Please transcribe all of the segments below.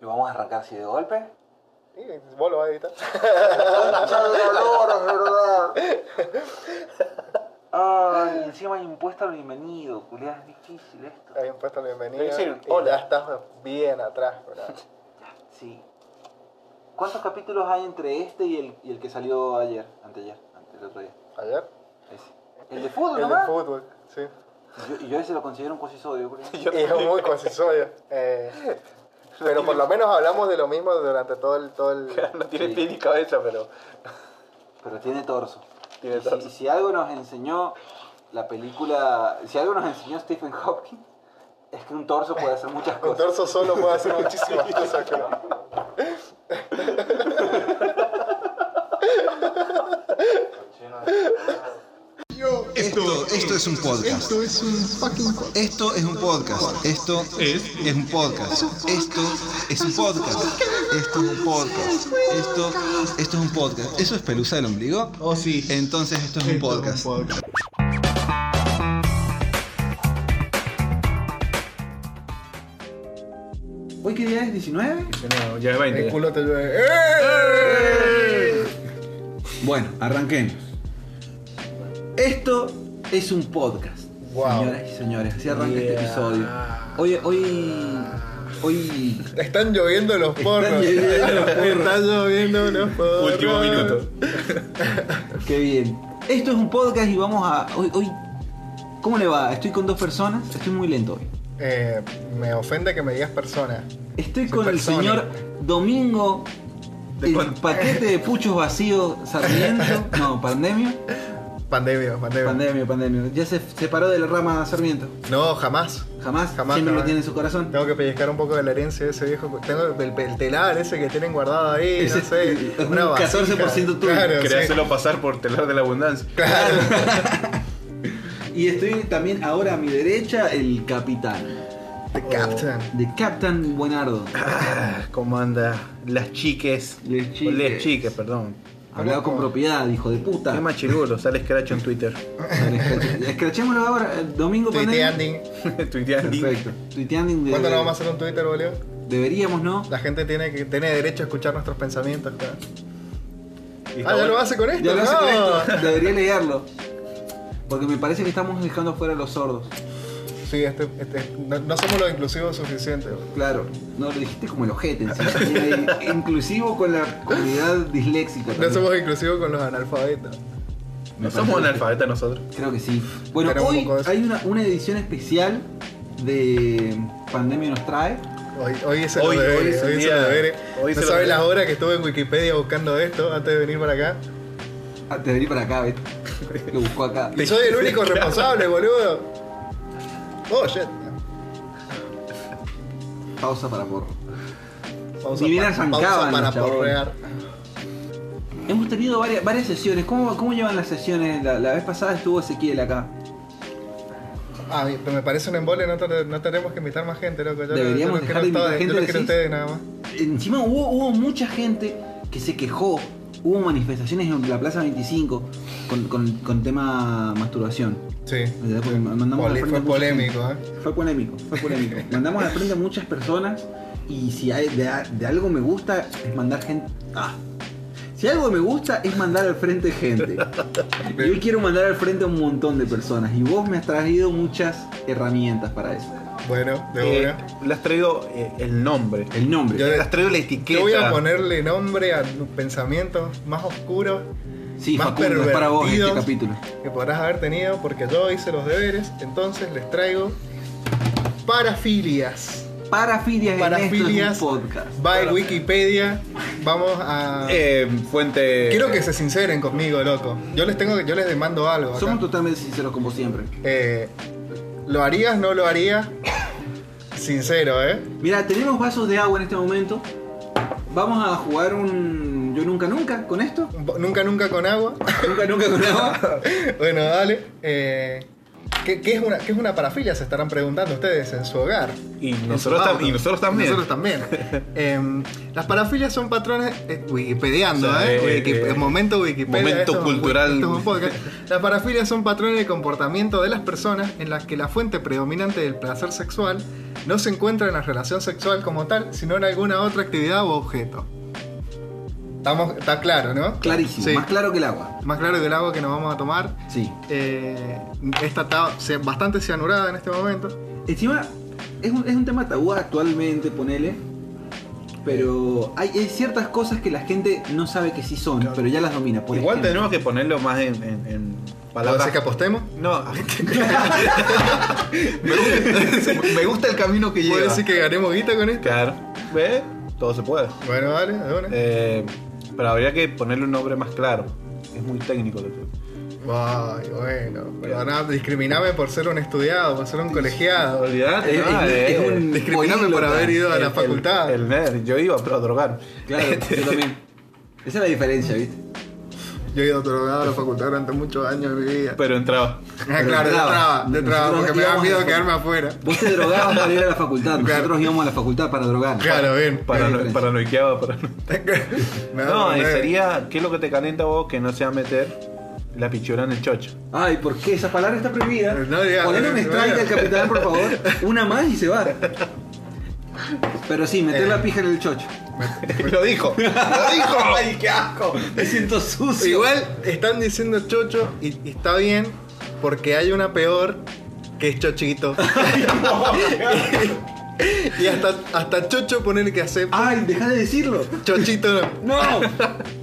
¿Lo vamos a arrancar así de golpe? Sí, vos lo vas a editar. ¡Concha de dolor, es verdad! Ay, encima hay impuesto al bienvenido, culiá, es difícil esto. Habían puesto el bienvenido. Le hicieron, y hola. Ya estás bien atrás, bro. Sí. ¿Cuántos capítulos hay entre este y el, y el que salió ayer, anteayer, antes del otro día? ¿Ayer? Ese. El de fútbol, El de nomás. fútbol, sí. Y yo- Y yo, ese lo considero un cosisodio, culiá. Yo Y es también. muy concisorio. Eh, pero por lo menos hablamos de lo mismo durante todo el. Todo el... No tiene Sí. pie ni cabeza, pero Pero tiene torso. tiene Y si- todo. y si algo nos enseñó la película, si algo nos enseñó Stephen Hopkins, es que un torso puede hacer muchas Con cosas. torso solo puede hacer muchísimas cosas, creo. Esto, esto es un podcast. Esto es un podcast. Esto es un podcast. Esto es, un podcast. Esto es un podcast. Esto es un podcast. Esto, esto es un podcast. ¿Eso es pelusa del ombligo? Oh, sí. Entonces esto es un podcast. ¿Hoy qué día es? ¿19? Ya es El 20. culo te llueve. ¡Eh! Bueno, arranquemos. Esto es un podcast. Wow. Señoras y señores, así arranca este episodio. Hoy, hoy, hoy. Están lloviendo los porros. lloviendo los porros. Están lloviendo los porros. Último minuto. Qué bien. Esto es un podcast y vamos a. Hoy, hoy. ¿Cómo le va? Estoy con dos personas. Estoy muy lento hoy. Eh, me ofende que me digas persona. Estoy Su con el persona. señor Domingo. De El con- paquete de puchos vacíos Sarmiento. No, pandemia. Eh. Pandemia, pandemia. Pandemia, pandemia. Ya se separó de la rama Sarmiento. no, jamás. Jamás. Jamás, Siempre lo jamás. tiene en su corazón. Tengo que pellizcar un poco de la herencia de ese viejo. pues, Tengo el, el telar ese que tienen guardado ahí, Ese- no sé. es una un vasija. 14% tuyo. Claro, Quería sí. hacerlo pasar por telar de la abundancia. Claro. Y estoy también ahora a mi derecha el capitán. The Captain. De Captain Buenardo. ¿Cómo anda? Las chiques. Les chiques. Les chiques, perdón. Hablado con propiedad, hijo de puta. Es machirulo, sale Scratch en Twitter. Dale, escrache- Escrachémoslo ahora. eh, Domingo pandemia. Tuiteanding. Eh. Tuiteando. Perfecto. Tuiteando. de- ¿Cuándo lo vamos a hacer un Twitter, boludo? Deberíamos, ¿no? La gente tiene que tiene derecho a escuchar nuestros pensamientos. claro. Y está Ah, ya bueno. lo hace con esto, Ya lo hace con ¿no? esto. Debería leerlo. Porque me parece que estamos dejando fuera a los sordos. Sí, este, este- no, no somos los inclusivos suficientes. boludo. Claro, no lo dijiste como el ojete. en sí. Eh, Inclusivo con la comunidad disléxica. No también. somos inclusivos con los analfabetos. No somos analfabetas nosotros. Creo que sí. Bueno, Tenemos un hoy poco de eso. hay una, una edición especial de Pandemia nos trae. Hoy, hoy es el Hoy- deber, hoy hoy es es el el día. deber. no Hoy se lo sabes deberé. las horas que estuve en Wikipedia buscando esto antes de venir para acá. Ah, te venir para acá, ¿ves? Lo buscó acá. Y soy el único responsable, boludo. Oh, shit. Pausa para porro. Pausa Ni bien pa- arrancaban pausa para los chabones. porrear. Hemos tenido varias, varias sesiones. ¿Cómo, ¿Cómo llevan las sesiones? La, la vez pasada estuvo Ezequiel acá. Ah, mi- me parece un embole, no, te- no tenemos que invitar más gente, loco. Yo lo- Deberíamos dejar yo lo quiero de invitar ustedes, gente, Yo lo quiero decís. ustedes nada más. Encima hubo, hubo mucha gente que se quejó. Hubo manifestaciones en la Plaza 25 con, con, con tema masturbación. Sí. ¿Verdad? Porque mandamos Poli- al frente fue a mucha gente. polémico, ¿eh? Fue polémico, fue polémico. Mandamos al frente a muchas personas y si hay- de, de algo me gusta es mandar gente. Ah. Si algo me gusta es mandar al frente gente. Y hoy quiero mandar al frente a un montón de personas. Y vos me has traído muchas herramientas para eso. Bueno, de Eh, una. le has traído eh, el nombre. El nombre. Yo- Le has traído la etiqueta. Yo voy a ponerle nombre a pensamientos más oscuros sí, más Facundo, es para vos este pervertidos. capítulo. que podrás haber tenido porque yo hice los deberes, entonces les traigo parafilias. Parafilias, en Parafilias esto es un podcast. by Wikipedia. Vamos a Eh, fuente. Quiero que se sinceren conmigo, loco. Yo les tengo que- yo les demando algo. acá. Somos totalmente sinceros como siempre. Eh, ¿Lo harías? ¿No lo harías? Sincero, ¿eh? Mira, tenemos vasos de agua en este momento. Vamos a jugar un yo nunca nunca con esto. Un po- Nunca, nunca con agua. Nunca nunca con agua. bueno, dale. Eh, ¿qué, qué es una, ¿Qué es una parafilia? Se estarán preguntando ustedes en su hogar. Y en nosotros, su tam- auto. y nosotros también. Nosotros también. Em, las parafilias son patrones. eh, wikipediando, O sea, ¿eh? eh, Wiki- eh, el momento Wikipedia. momento esto es un- cultural. esto es un podcast. Las parafilias son patrones de comportamiento de las personas en las que la fuente predominante del placer sexual no se encuentra en la relación sexual como tal, sino en alguna otra actividad o objeto. Estamos, está claro, ¿no? Clarísimo, Sí. más claro que el agua. Más claro que el agua que nos vamos a tomar. Sí. Eh, esta está se- bastante cianurada en este momento. Encima, es un, es un tema tabú actualmente, ponele. Pero hay, hay ciertas cosas que la gente no sabe que sí son, Claro. pero ya las domina. Por Igual ejemplo. tenemos Pues que ponerlo más en, en- en ¿Para palabras. que apostemos? No, me, gusta, me gusta el camino que ¿Puede lleva. decir que ganemos guita con esto? Claro, ve, todo se puede. Bueno, vale, de una. Eh, pero habría que ponerle un nombre más claro. Es muy técnico lo que. Ay, bueno. Pero van a discriminarme por ser un estudiado, por ser un colegiado. Olvidate, Es- ¿no? es- Eh, es un- Discriminarme por haber ido a el- la el- facultad. El, nerd, yo iba, pero a drogar. Claro, yo también. Esa es la diferencia, ¿viste? Yo he ido drogado a la facultad durante muchos años de mi vida. Pero entraba. Ah, claro, de entraba. traba, de traba, Nosotros porque me da íbamos a miedo la quedarme afuera. Vos te drogabas para ir a la facultad, Claro. nosotros íbamos a la facultad para drogar. Claro, bien. Pa- Parano- diferencia. paranoiqueaba, parano- Me da No, y miedo. sería, ¿qué es lo que te calienta vos que no sea meter la pichura en el chocho? Ay, ¿por qué? Esa palabra está prohibida. No digas- Ponle un no strike al digas. capitán, por favor. Una más y se va. Pero sí, meter Eh. la pija en el chocho. lo dijo, lo dijo. Ay, qué asco. Me siento sucio. Igual están diciendo chocho y, y está bien porque hay una peor que es chochito. y hasta, hasta chocho poner que hacer Ay, deja de decirlo. chochito. no. ¡No!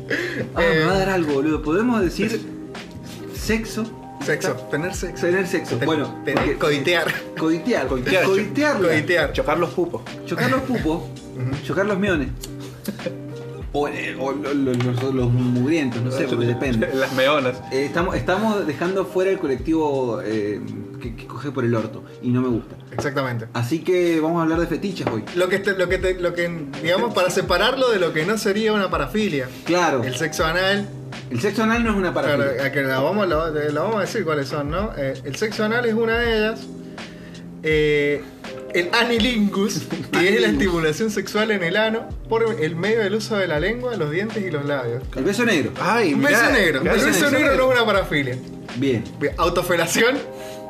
Ah, me Eh. va a dar algo, boludo. Podemos decir sexo. Sexo, tener sexo. Tener sexo. Ten- bueno, tener- porque- coitear. coitear. Coitear. Coitearla. Coitear. Chocar los pupos. Chocar los pupos. Chocar los miones. O, eh, o lo- lo- los, los mugrientos, no sé, porque depende. Las meonas. Eh, estamos, estamos dejando fuera el colectivo eh, que, que coge por el orto y no me gusta. Exactamente. Así que vamos a hablar de fetiches hoy. Lo que, este- lo que, te- lo que, digamos, para separarlo de lo que no sería una parafilia. Claro, El el, sexo anal, sexo anal no es una Claro, parafilia. a que la vamos, la- la vamos a decir cuáles son, ¿no? Eh, el sexo anal es una de ellas. Eh, el anilingus, que es la Anilingus. estimulación sexual en el ano por el medio del uso de la lengua, los dientes y los labios. El beso negro. Ay, Un mirá, beso negro. Un mirá, beso, beso negro negro. no es una parafilia. Bien. Bien, Autofelación.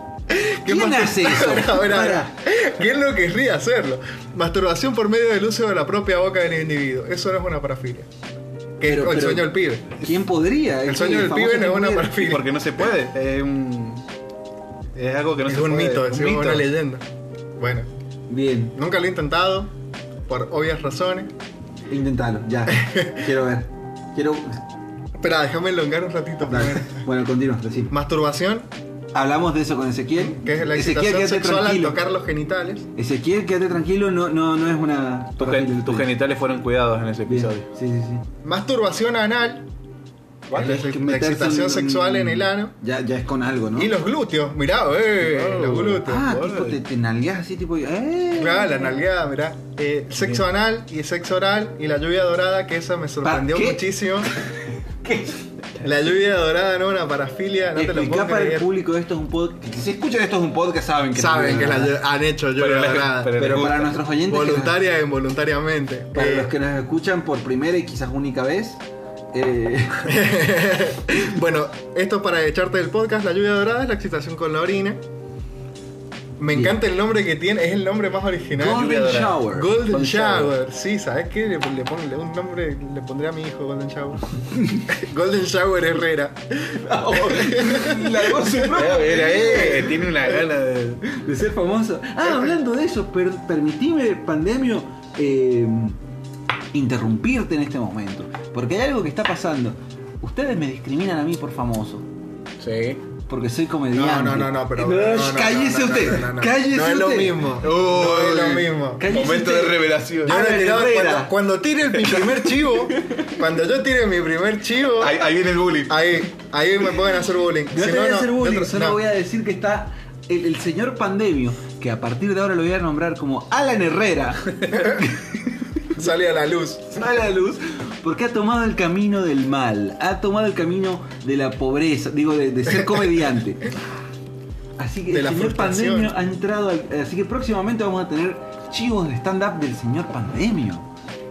¿Quién más- hace eso? Pará, pará, Pará. pará. ¿Quién no querría hacerlo? Masturbación por medio del uso de la propia boca del individuo. Eso no es una parafilia. Que es Pero- el pero- sueño del pibe. ¿Quién podría? El Es sueño que del famoso pibe no que es una pudiera. parafilia. Porque no se puede. Es un. Es algo que no es se un puede. mito, es mito. una leyenda. Bueno, Bien, nunca lo he intentado, por obvias razones. intentalo, ya. Quiero ver. Quiero. Espera, déjame elongar un ratito primero. Dale. Bueno, continúa, decime. Masturbación, Hablamos de eso con Ezequiel. que es la Ezequiel, excitación quédate sexual al tranquilo. tocar los genitales. Ezequiel, quédate tranquilo, no, no, no es una. Tu gen- parafilia tus tuya. genitales fueron cuidados en ese Bien, episodio. Sí, sí, sí. Masturbación anal, Vale. es la, Que la meterse excitación un- sexual en el ano. Ya, ya es con algo, ¿no? Y los glúteos, mirá, eh, Oh. los glúteos. Ah, tipo, Boludo. te, te nalgueas así, tipo. ¡Eh! Claro, la nalgada, mirá. Eh, sexo anal y sexo oral y la lluvia dorada, que esa me sorprendió qué? muchísimo. ¿Qué? Eh, La lluvia dorada no, una parafilia, no te lo puedo Explica para creer. el público, esto es un podcast. Si escuchan esto es un podcast, saben que. Saben que la nada. lle- han hecho lluvia Pero la- dorada. pero- Pero para Gusta. nuestros oyentes. que nos- Voluntaria e involuntariamente. Para Eh, los que nos escuchan por primera y quizás única vez. eh, bueno, esto para echarte del podcast, la lluvia dorada es la excitación con la orina. Me Bien. encanta el nombre que tiene, es el nombre más original. Golden Lluvia dorada. Shower. Golden Golden Shower. Shower. sí, ¿sabes qué? Le, le pon- le- un nombre le pondré a mi hijo Golden Shower. Golden Shower Herrera. la voz se- Eh, mira, eh, tiene una gana de. de ser famoso. Ah, hablando de eso, per- permitime, Pandemio, eh, interrumpirte en este momento. Porque hay algo que está pasando. Ustedes me discriminan a mí por famoso. Sí. Porque soy No, comediante. no, no, no, pero. No, no, no, cállese no, no, usted. no, no, no. Cállese No es lo usted. mismo. no es Uy. lo mismo. Cállese Momento de usted. revelación. Yo no Álvaro he tirado- Herrera. cuando, cuando tire el- mi primer chivo, cuando yo tire mi primer chivo, Ahí, ahí, ahí viene el bullying. ahí, me pueden hacer bullying. No Si te voy a hacer bullying, yo- solo no. voy a decir que está el, el señor Pandemio, que a partir de ahora lo voy a nombrar como Alan Herrera, Sale a la luz. a la luz, porque ha tomado el camino del mal, ha tomado el camino de la pobreza, digo, de, de ser comediante. Así que De el la señor frustración. Pandemio ha entrado al- Así que próximamente vamos a tener chivos de stand-up del señor Pandemio.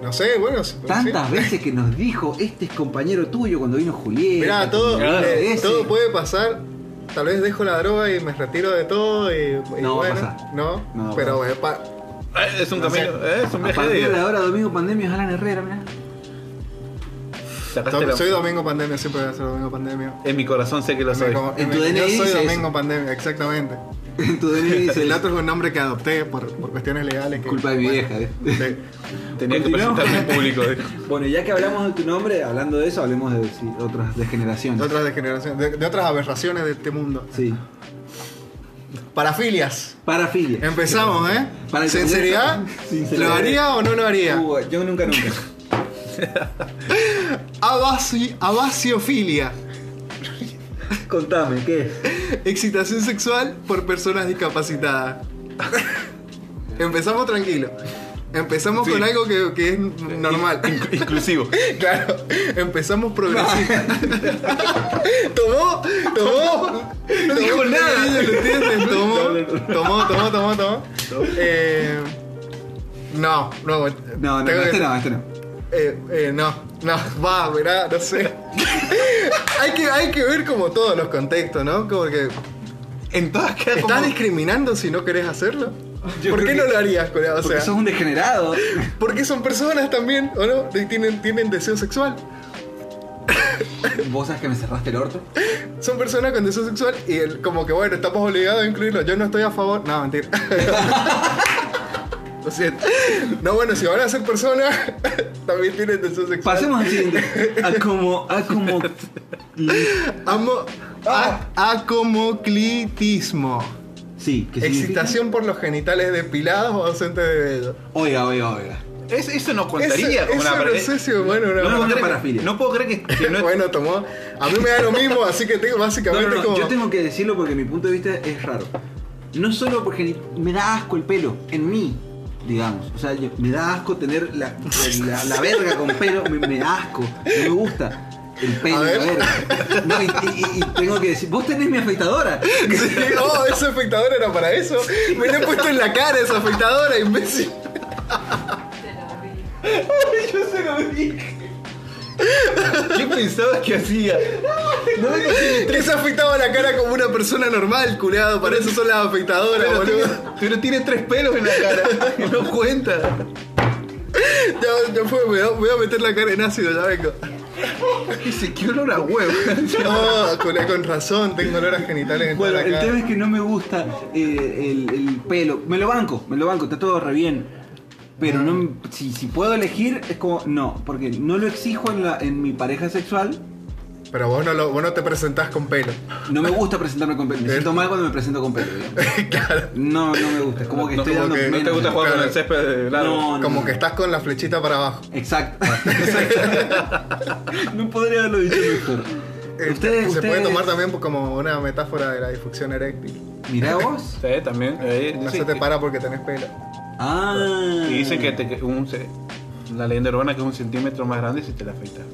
No sé, bueno. sí, Tantas veces que nos dijo, este es compañero tuyo cuando vino sí. Julián. Mirá, todo, Claro. eh, todo puede pasar. Tal vez dejo la droga y me retiro de todo. Y, y No va a bueno, pasar. No, No va a pero pasar. eh, pa- Eh, Es un No sé. camino, eh, es un A viaje de partir de ida. ahora, Domingo Pandemia es Alan Herrera, mirá. Sacaste Do- la- Soy Domingo Pandemia, siempre voy a ser Domingo Pandemia. En mi corazón sé que lo soy. Como- En tu yo DNI soy dice Domingo Pandemia, exactamente. En tu DNI dice El otro es un nombre que adopté por, por cuestiones legales. que- Culpa de mi vieja, ¿eh? Sí. Tenía que Continuamos. presentarme en público. eh. Bueno, ya que hablamos de tu nombre, hablando de eso, hablemos de sí, otras De degeneraciones. otras degeneraciones, de, de otras aberraciones de este mundo. Sí. Parafilias. Parafilia. Empezamos, ¿eh? Para el ¿Sinceridad? comienzo- Sinceridad. ¿Lo haría o no lo haría? Uh, yo nunca, nunca. Abasi, abasiofilia. Contame, ¿qué es? Excitación sexual por personas discapacitadas. Empezamos tranquilo. Empezamos Sí. con algo que, que es normal. Inc- inclusivo. Claro, empezamos progresistas. tomó, tomó. No dijo nada. ¿Lo entiendes? Tomó, tomó, tomó, tomó, tomó. Eh, no, no, No, no, no, tengo que- este no, este no. eh, eh, no, no, va, verá, no sé. hay, que, hay que ver como todos los contextos, ¿no? Como que En todas queda estás como- discriminando si no querés hacerlo. Yo ¿Por creo qué que- no lo harías, Corea? O Porque sea, sos un degenerado. porque son personas también, ¿o no? Y Tienen, tienen deseo sexual. Vos sabés que me cerraste el orto. Son personas con deseo sexual y el- como que bueno, estamos obligados a incluirlo. Yo no estoy a favor. No, mentira. Lo siento. No, bueno, si van a ser personas, también tienen deseo sexual. Pasemos al siguiente. A como. A como. Amo. a- acomoclitismo. Sí, que Excitación por los genitales depilados o ausentes de vello. Oiga, oiga, oiga. Es- eso no contaría Ese- como ese una no sé si es bueno o no. No, puedo una creer- parafilia. no puedo creer que, que no es- Bueno, tomó. A mí me da lo mismo, así que tengo No, básicamente no, no, como. Yo tengo que decirlo porque mi punto de vista es raro. No solo porque ni- me da asco el pelo, en mí, digamos. O sea, yo- me da asco tener la, la, la verga con pelo, me, me da asco, no me gusta. El pelo, A la ver. verga. No, y, y- y tengo que decir, vos tenés mi afeitadora. Sí, oh, ese afeitador era para eso. Me lo he puesto en la cara esa afeitadora, imbécil. Yo se lo dije. ¿Qué pensabas que hacía? No me consigue. Que se afeitaba la cara como una persona normal, culeado. Para eso son las afeitadoras, Pero tiene, boludo. pero tiene tres pelos en la cara. No cuenta. Ya, ya fue, me voy a meter la cara en ácido, ya vengo. Dice, qué olor a huevo. No, con, con razón, tengo olor a genitales en toda Bueno, la el cara. tema es que no me gusta eh, el, el pelo. Me lo banco, me lo banco, está todo re bien. Ah. Pero no, si, si puedo elegir, es como, no, porque no lo exijo en, la, en mi pareja sexual. Pero vos no, lo- vos no te presentás con pelo. No me gusta presentarme con pelo. Me siento mal cuando me presento con pelo. digamos. claro. No, no me gusta. Es como que no, estoy como dando que no ¿No te menos. gusta jugar con el césped de largo? No, no. Como que estás con la flechita para abajo. Exacto. no podría haberlo dicho mejor. Eh, Ustedes, se ustedes- puede tomar también pues, como una metáfora de la disfunción eréctil. Mirá vos. Sí, también. eh, No sí. se te para porque tenés pelo. Ah. Y dicen que te- que un ce- la leyenda urbana que es un centímetro más grande si te la afeitas.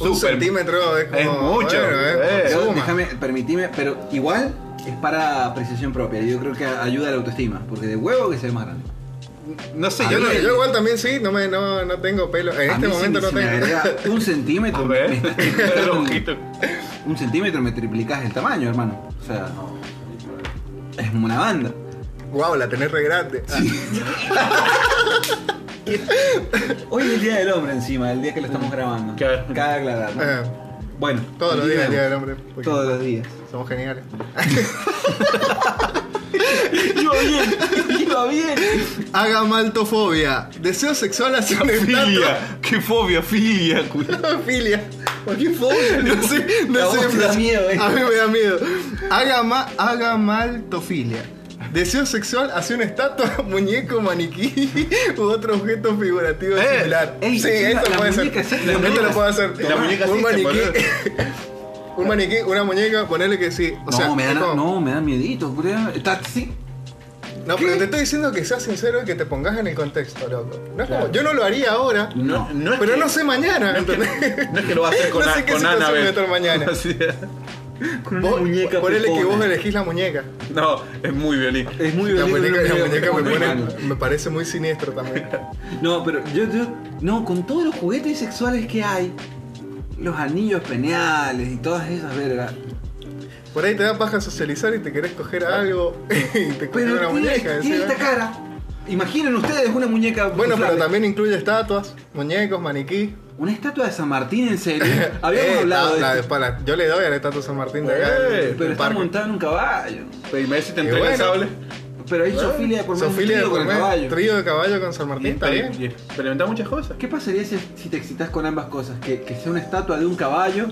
Un Súper. centímetro es como. Es mucho, eh. Yo- suma. déjame, permitime, pero igual es para apreciación propia. Yo creo que ayuda a la autoestima, porque de huevo que se ve más grande. No sé, Yo, yo no- no. yo igual también sí, no, me, no, no tengo pelo. En A mí este si momento me- si no me tengo. agrega un centímetro, A me, ver. estás ¿eh? El triplicando- ojito. un centímetro me triplicás el tamaño, hermano. O sea, es una banda. Wow, la tenés re grande. Hoy es el Día del Hombre encima, el día que lo estamos grabando. Claro. Cada aclarar. ¿no? Eh, Bueno. todos los días el Día del continuemos. Hombre. porque Todos los días. Somos geniales. Iba bien, iba bien. Agamaltofobia. Deseo sexual hacia un estatua. Filia. Qué fobia, filia. cuidado. Filia. ¿Por qué fobia? No sé, A no vos sé. te da miedo, eh. A mí me da miedo. Agama, agamaltofilia. Deseo sexual hacia una estatua, muñeco, maniquí u otro objeto figurativo Eh, similar. ey, sí, sí, esto la puede ser. muñeca existe, la Esto muñeca lo puedo hacer. La muñeca un existe, maniquí. un maniquí, una muñeca, ponerle que sí. O sea, no, me es dan, como- no, me dan miedito, culiao. Está así. No, pero te estoy diciendo que seas sincero y que te pongas en el contexto, loco. No es como- yo no lo haría ahora, No, no es pero que- no sé mañana, No es, que, ¿entendés? no es que lo vas a hacer con, No sé a- qué con situación Annabelle. voy a estar mañana. Sí. Con una Vos, muñeca ponele que pepona. vos elegís la muñeca. No, es muy violín. Es muy la violento, muñeca, no la creo muñeca me, que pone- pongan. me parece muy siniestro también. No, pero yo, yo. No, con todos los juguetes sexuales que hay, los anillos peneales y todas esas vergas. Por ahí te da paja socializar y te querés coger algo y te coges Pero una tiene, muñeca. tiene decís, esta cara. Imaginen ustedes una muñeca. Bueno, pero inflable. también incluye estatuas, muñecos, maniquí. Una estatua de San Martín, en serio. Habíamos Eh, hablado la- de la esto, de- para- Yo le doy a la estatua de San Martín de acá. Eh, del- del Pero está parque. montada en un caballo. Y Messi te Y entrega el bueno. sable. Pero hay sofilia de por medio, un Sofilia de trío con por el medio, caballo. Trío de caballo con San Y, Martín, está exper- bien. y experimenta muchas cosas. ¿Qué pasaría si, si te excitas con ambas cosas? Que, que sea una estatua de un caballo,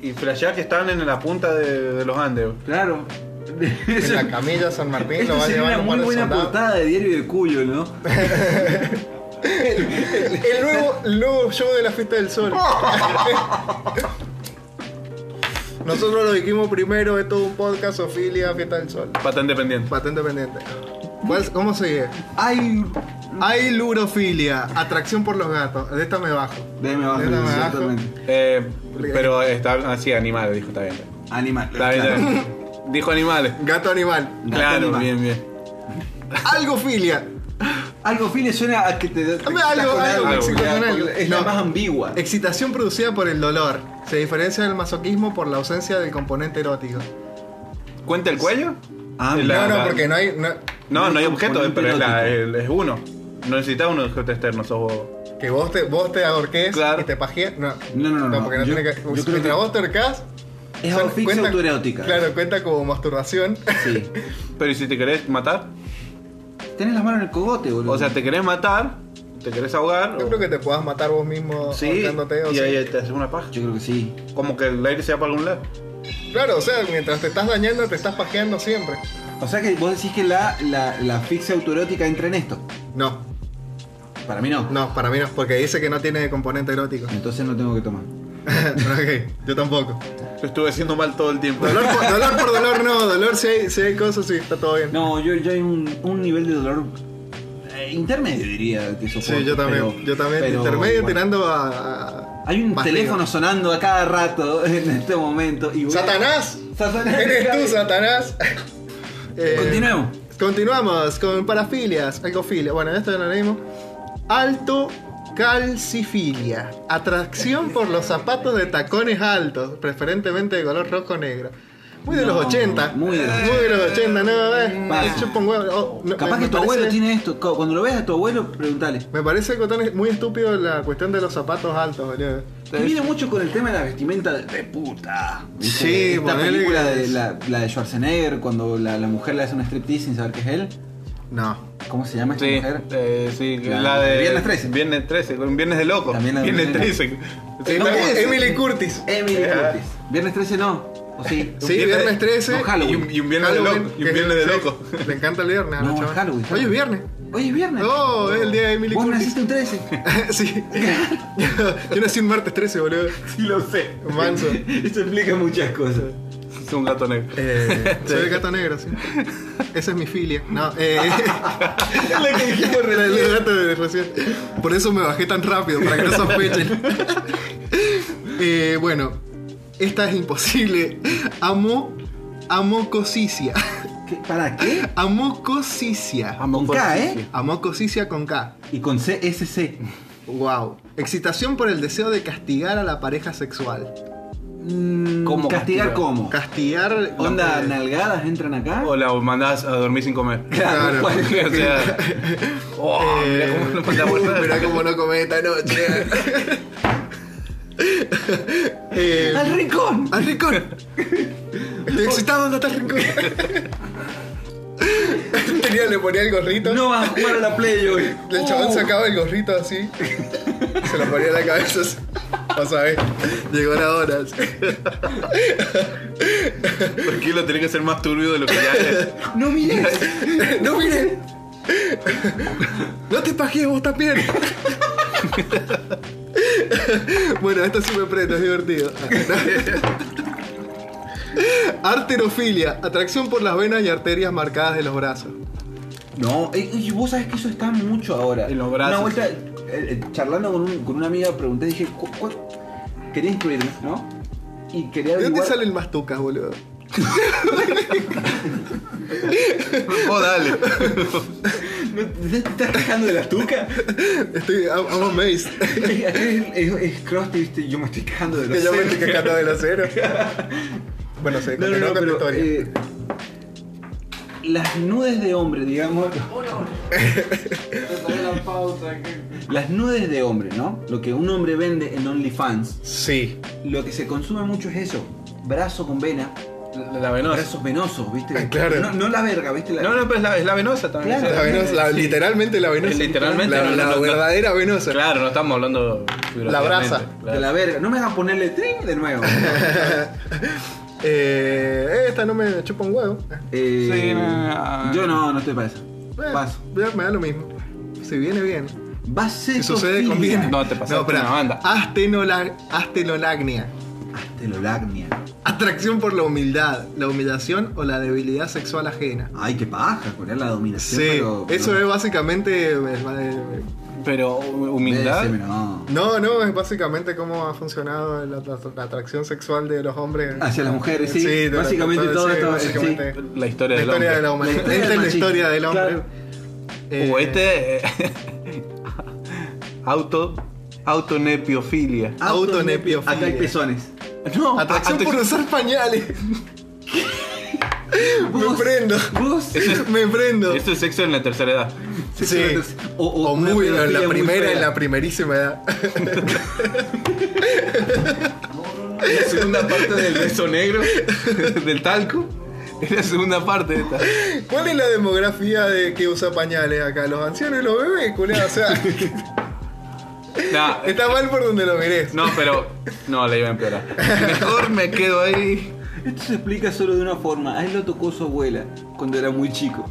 Y flashea que estaban en la punta de, de los Andes. claro. En la camilla San Martín lo Esto va a sería una llevar un muy par de buena soldados. portada de Diario de Cuyo, ¿no? El nuevo, el nuevo show de la fiesta del sol. Nosotros lo dijimos primero, esto es un podcast, Ofilia, Fiesta del Sol. Pata independiente. Patente pendiente. ¿Cuál- ¿Cómo sigue? Ay, Hay lurofilia, atracción por los gatos. De esta me bajo. déjame abajo, Déjame abajo. exactamente. Eh, pero está así, animales, dijo, está bien. Animal. Está bien, está claro. bien. Dijo animales. Gato animal. Gato Claro, animal. bien, bien. Algo filia. Algo file suena a que te. te Algo- excitas algo con excepcional. con- Es la No. más ambigua. Excitación producida por el dolor. Se diferencia del masoquismo por la ausencia del componente erótico. ¿Cuenta el cuello? Ah, Es mira. No, la- no, la- porque no hay. no- No, no hay Un objeto, componente pero es, la- erótico. el- es uno. No necesitas un objeto externo, sos vos. que vos te, vos te ahorques Claro. y te pajees. No. No, no, no, no. porque no Yo- tiene que. yo creo mientras que- vos te ahorcás. Es son- autofixa cuenta- autoerótica. Claro, cuenta como masturbación. Sí. Pero ¿y si te querés matar? Tenés las manos en el cogote, boludo. O sea, te querés matar, te querés ahogar. Yo o- creo que te puedas matar vos mismo Sí, ahorcándote. O y sea, ahí te haces una paja. Yo creo que sí. Como que el aire se va para algún lado. Claro, o sea, mientras te estás dañando, te estás pajeando siempre. O sea que vos decís que la, la, la asfixia autoerótica entra en esto. No, Para mí no. no, para mí no, porque dice que no tiene componente erótico. Entonces no tengo que tomar. ok, yo tampoco. Lo estuve haciendo mal todo el tiempo. Dolor por dolor, por dolor no, dolor si hay, si hay cosas, sí, está todo bien. No, yo, yo hay un, un nivel de dolor eh, intermedio, diría que soporto. sí, yo también, pero- yo también, pero intermedio igual. tirando a... a- Hay un más teléfono arriba. sonando a cada rato en este momento. Y voy a- ¡Satanás! ¡Satanás! ¡Eres tú, Satanás! Eh, Continuemos. Continuamos con parafilias, alcofilia. Bueno, esto ya lo leímos. Alto calcifilia. Atracción por los zapatos de tacones altos, preferentemente de color rojo o negro. Muy de No, los 80. muy de los- los 80, no, eh. Pasa. Chupa un huevo. Oh, no, Capaz me- que tu me abuelo parece- tiene esto. Co- Cuando lo veas a tu abuelo, pregúntale. Me parece algo tan muy estúpido la cuestión de los zapatos altos, boludo. Que viene mucho con el tema de la vestimenta de, de puta. ¿viste? Sí, Esta ponele película que- de la, la de Schwarzenegger, cuando la, la mujer le hace un striptease sin saber que es él. No. ¿Cómo se llama esta Sí, mujer? eh, sí, La- la, de. Viernes 13. Viernes 13, un viernes de loco. También la de viernes Viernes 13. Eh, Sí, no, Emily- es- Emily Curtis. Emily Eh. Curtis. Viernes 13 no. ¿O sí? Sí, viernes 13. No, Halloween. Y un, y un viernes de Halloween, loco. Y que- un viernes de sí, loco. Le encanta el viernes. a la No, chavala. Halloween, Hoy es Halloween. viernes. Hoy es viernes. No, Oh, es el día de Emily Vos Curtis. naciste un 13. sí. Yo nací un martes 13, boludo. Sí, lo sé. Manso. Esto explica muchas cosas. Es un gato negro. Eh, Soy el gato negro, sí. Esa es mi filia. No, eh. La que dijimos la del gato de recién. Por eso me bajé tan rápido, para que no sospechen. Eh, bueno, esta es imposible. Amo. Amocosicia. ¿Qué? ¿Para qué? Amocosicia. Con K, ¿eh? Amorfosicia. Amocosicia con K. Y con CSC. Wow. Excitación por el deseo de castigar a la pareja sexual. ¿Cómo? ¿Cómo ¿Castigar castigar? cómo? Castigar. ¿Onda eh, nalgadas entran acá? O la mandás a dormir sin comer. Claro. o sea. Ah, Oh, mirá Eh, cómo nos mandamos. uh, mirá cómo no comé esta noche. Eh, ¡Al rincón! al rincón. Estoy excitado, andate al rincón. Tenía, le ponía el gorrito. No vas a jugar a la play hoy. El chabón Oh. sacaba el gorrito así. Se lo ponía en la cabeza. así. Vas a ver. Llegó la hora. Tranquilo, tenés que ser más turbio de lo que ya es. No mires. no miren. No te pajees vos también. bueno, esto sí me prende, es divertido. Arterofilia, atracción por las venas y arterias marcadas de los brazos. No, eh, y vos sabés que eso está mucho ahora. En los brazos. Una vuelta, eh, eh, charlando con, un- con una amiga, pregunté, dije, "¿Cu- cuál-?" Quería instruirme, ¿no? Y quería ¿De dónde averiguar... sale el mastucas, boludo? Oh, dale. ¿No- ¿Te estás quejando de las tucas? Estoy, I'm, I'm amazed. es, es, es crusty, ¿viste? Yo me estoy quejando de los que yo me estoy senos. cagando de los cero. bueno, se No, no, no, continuó eh, con tu pero, historia. eh, las nudes de hombre, digamos. Las nudes de hombre, ¿no? Lo que un hombre vende en OnlyFans. Sí. Lo que se consume mucho es eso. Brazo con vena. La, la venosa. Brazos venosos, ¿viste? Ah, claro. No, no la verga, ¿viste? La- No, no, pero es la, es la venosa también. Claro. La venosa, la- Sí. Literalmente la venosa. Literalmente, La, no, la no, no. verdadera venosa. Claro, no estamos hablando. La brasa. figurativamente, De claro. la verga. No me hagan ponerle trim de nuevo. Eh, esta no me chupa un huevo. Eh, Sí, no, yo no, no estoy para eso. Bueno, Paso. Me da lo mismo. Si viene, bien. Si Basesofilia. sucede, conviene. No, te pasaste espera. una banda. Astenola- Astenolagnia. Astelolacnia. Atracción por la humildad, la humillación o la debilidad sexual ajena. Ay, qué paja, con la dominación. Sí, pero- eso es pero- básicamente. eh, Pero humildad. Déjeme, no. No, no, es básicamente cómo ha funcionado la, la- la atracción sexual de los hombres Hacia las mujeres, Ah, sí. de la- Básicamente todo sí, esto, básicamente. La historia La del historia hombre. de la La humanidad. historia Esta del es la machismo, historia del hombre. claro. Eh, O este. eh, auto. Autonepiofilia. Ah, Autonepiofilia. Acá hay pezones. No, Atracción por usar pañales. Me Vos- prendo. Vos. Eso es- Me prendo. Esto es sexo en la tercera edad. Sí. O, O una muy en la pedofilia muy primera, fea. en la primerísima edad. La segunda parte del beso negro, del talco. Es la segunda parte de esta. ¿Cuál es la demografía de que usa pañales acá? Los ancianos y los bebés, culiao. O sea, Nah, está mal por donde lo mires. no, pero. No, la iba a empeorar. Mejor me quedo ahí. Esto se explica solo de una forma. A él lo tocó su abuela cuando era muy chico.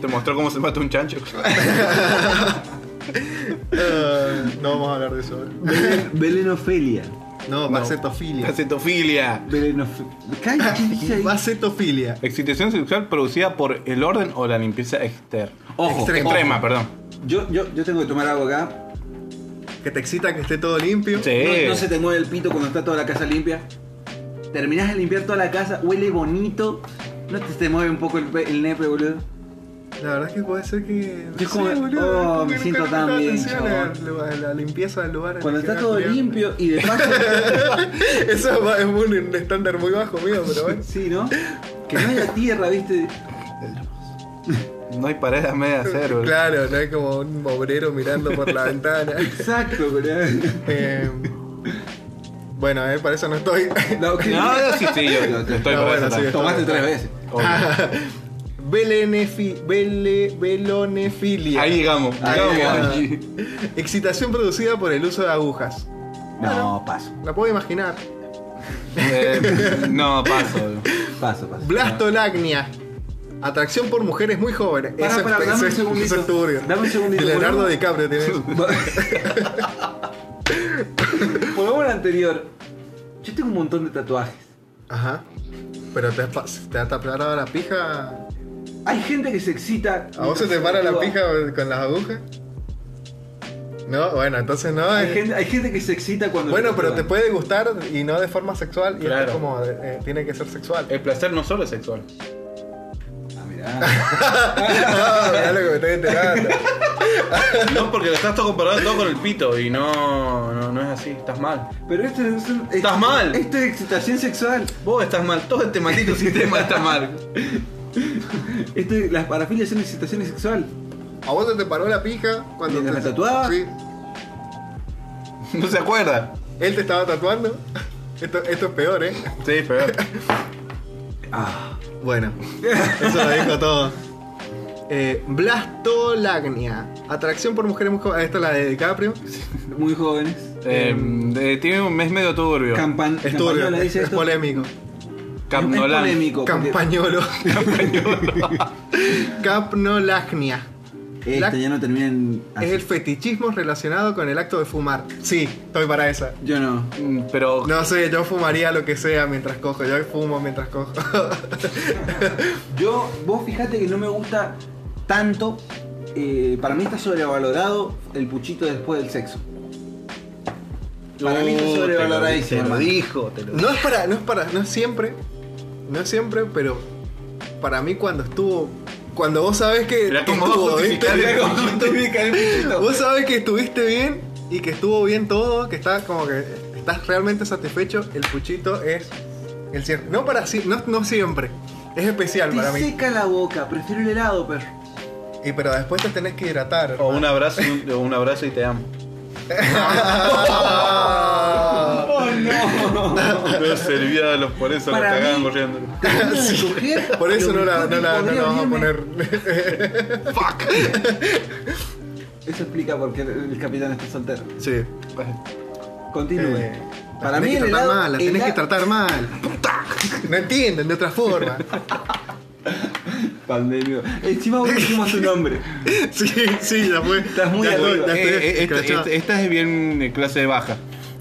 Te mostró cómo se mata un chancho. Eh, no vamos a hablar de eso. ¿eh? Belen- Belenofelia. No, La bacetofilia. cetofilia. Belenofelia. ¿Qué dice ahí? Bacetofilia. Excitación sexual producida por el orden o la limpieza externa. Oh, Ojo, Extrema, perdón. Yo, yo, yo tengo que tomar agua acá. Que te excita que esté todo limpio. Sí. No, no se te mueve el pito cuando está toda la casa limpia. Terminás de limpiar toda la casa, huele bonito. No te, te mueve un poco el, pe- el nepe, boludo. La verdad es que puede ser que. Yo Sí, como- boludo, oh, como me que siento nunca le tan bien, prestaba atención a la, la limpieza del lugar. en Cuando el está que todo era limpio y de paso. estudiante. Eso va- es un, un estándar muy bajo mío, pero bueno. sí, ¿no? Que no haya tierra, viste. No hay paredes a media cero. Claro, no es como un obrero mirando por la ventana. Exacto, boludo. Eh, bueno, eh, para eso no estoy. No, ok. No, no, sí, sí, yo estoy No, por bueno, sí, eso Ah, también. Tomaste tres veces. Obvio. Belenefi, bele, belonefilia. Ahí llegamos. Ahí llegamos. llegamos. Allí. Excitación producida por el uso de agujas. No, paso. La puedo imaginar. Eh, no, paso. Paso, paso. Blastolagnia. Atracción por mujeres muy jóvenes. Pará, Eso es- pará, dame eso un es- segundito. eso es turbio. Dame un segundito, De Leonardo boludo. DiCaprio tiene eso. Volvamos al anterior. Yo tengo un montón de tatuajes. Ajá. Pero te, has pa- se te ha tapado la pija. Hay gente que se excita. ¿A vos se te para la pija con las agujas? No, bueno, entonces no. Hay es- gente, hay gente que se excita cuando. Bueno, pero te tatúan. puede gustar y no de forma sexual. Y esto Claro. es como eh, tiene que ser sexual. El placer no solo es sexual. Ah, mirá. Ah, mirá lo que me estoy enterando. No, porque lo estás todo comparando todo con el pito y no, no, no es así, estás mal. Pero esto es. un- Estás mal. Esto es excitación sexual. Vos estás mal, todo este maldito sistema está mal. Esto Este es- las parafilias son excitación sexual. ¿A vos se te paró la pija cuando ¿Mientras te me tatuaba? Sí. No se acuerda. Él te estaba tatuando. Esto, esto es peor, ¿eh? Sí, peor. Ah. Bueno, eso lo dijo todo. Eh, blastolagnia. Atracción por mujeres muy jóvenes. Esta es la de DiCaprio. Muy jóvenes. Eh, de- tiene un mes medio turbio. Campan Es turbio, campañola, es, dice es esto. polémico. Es Camnolan. polémico. porque- Campañolo. Capnolagnia. Este La- ya no termina en. así. Es el fetichismo relacionado con el acto de fumar. Sí, estoy para esa. Yo no. Mm, Pero No sé, yo fumaría lo que sea mientras cojo. Yo fumo mientras cojo. Yo, vos fijate que no me gusta tanto. eh, para mí está sobrevalorado el puchito después del sexo. Para mí está Uh, te sobrevaloradísimo. lo- te lo hermano. dijo, te lo dijo. no es para, no es para, no es siempre. No es siempre, pero para mí cuando estuvo. Cuando vos sabés que. Mirá que cómo va a estuvo, justificar ¿viste? el Vos sabés que estuviste bien y que estuvo bien todo, que estás como que estás realmente satisfecho, el puchito es el cierre. No para si- no, no siempre, Es especial para Te mí. seca la boca, prefiero el helado, perro. Y pero después te tenés que hidratar. Oh. O un abrazo, y un- o un abrazo y te amo. Ah. ¡Oh, no! No servía a los por eso lo Para cagaban mí- corriendo. Por eso no la, no la- no la vamos a poner. Eso explica por qué el capitán está soltero. sí. Continúe. Eh, la Para tenés mí que el tratar helado... mal, la tenés hela- que tratar mal. No entienden de otra forma. Pandemio. Encima vos dijimos su nombre. sí, sí, ya fue. Estás muy ya estoy- arriba. ya Eh, estoy eh, esta, escrachado. esta- esta es bien eh, clase baja.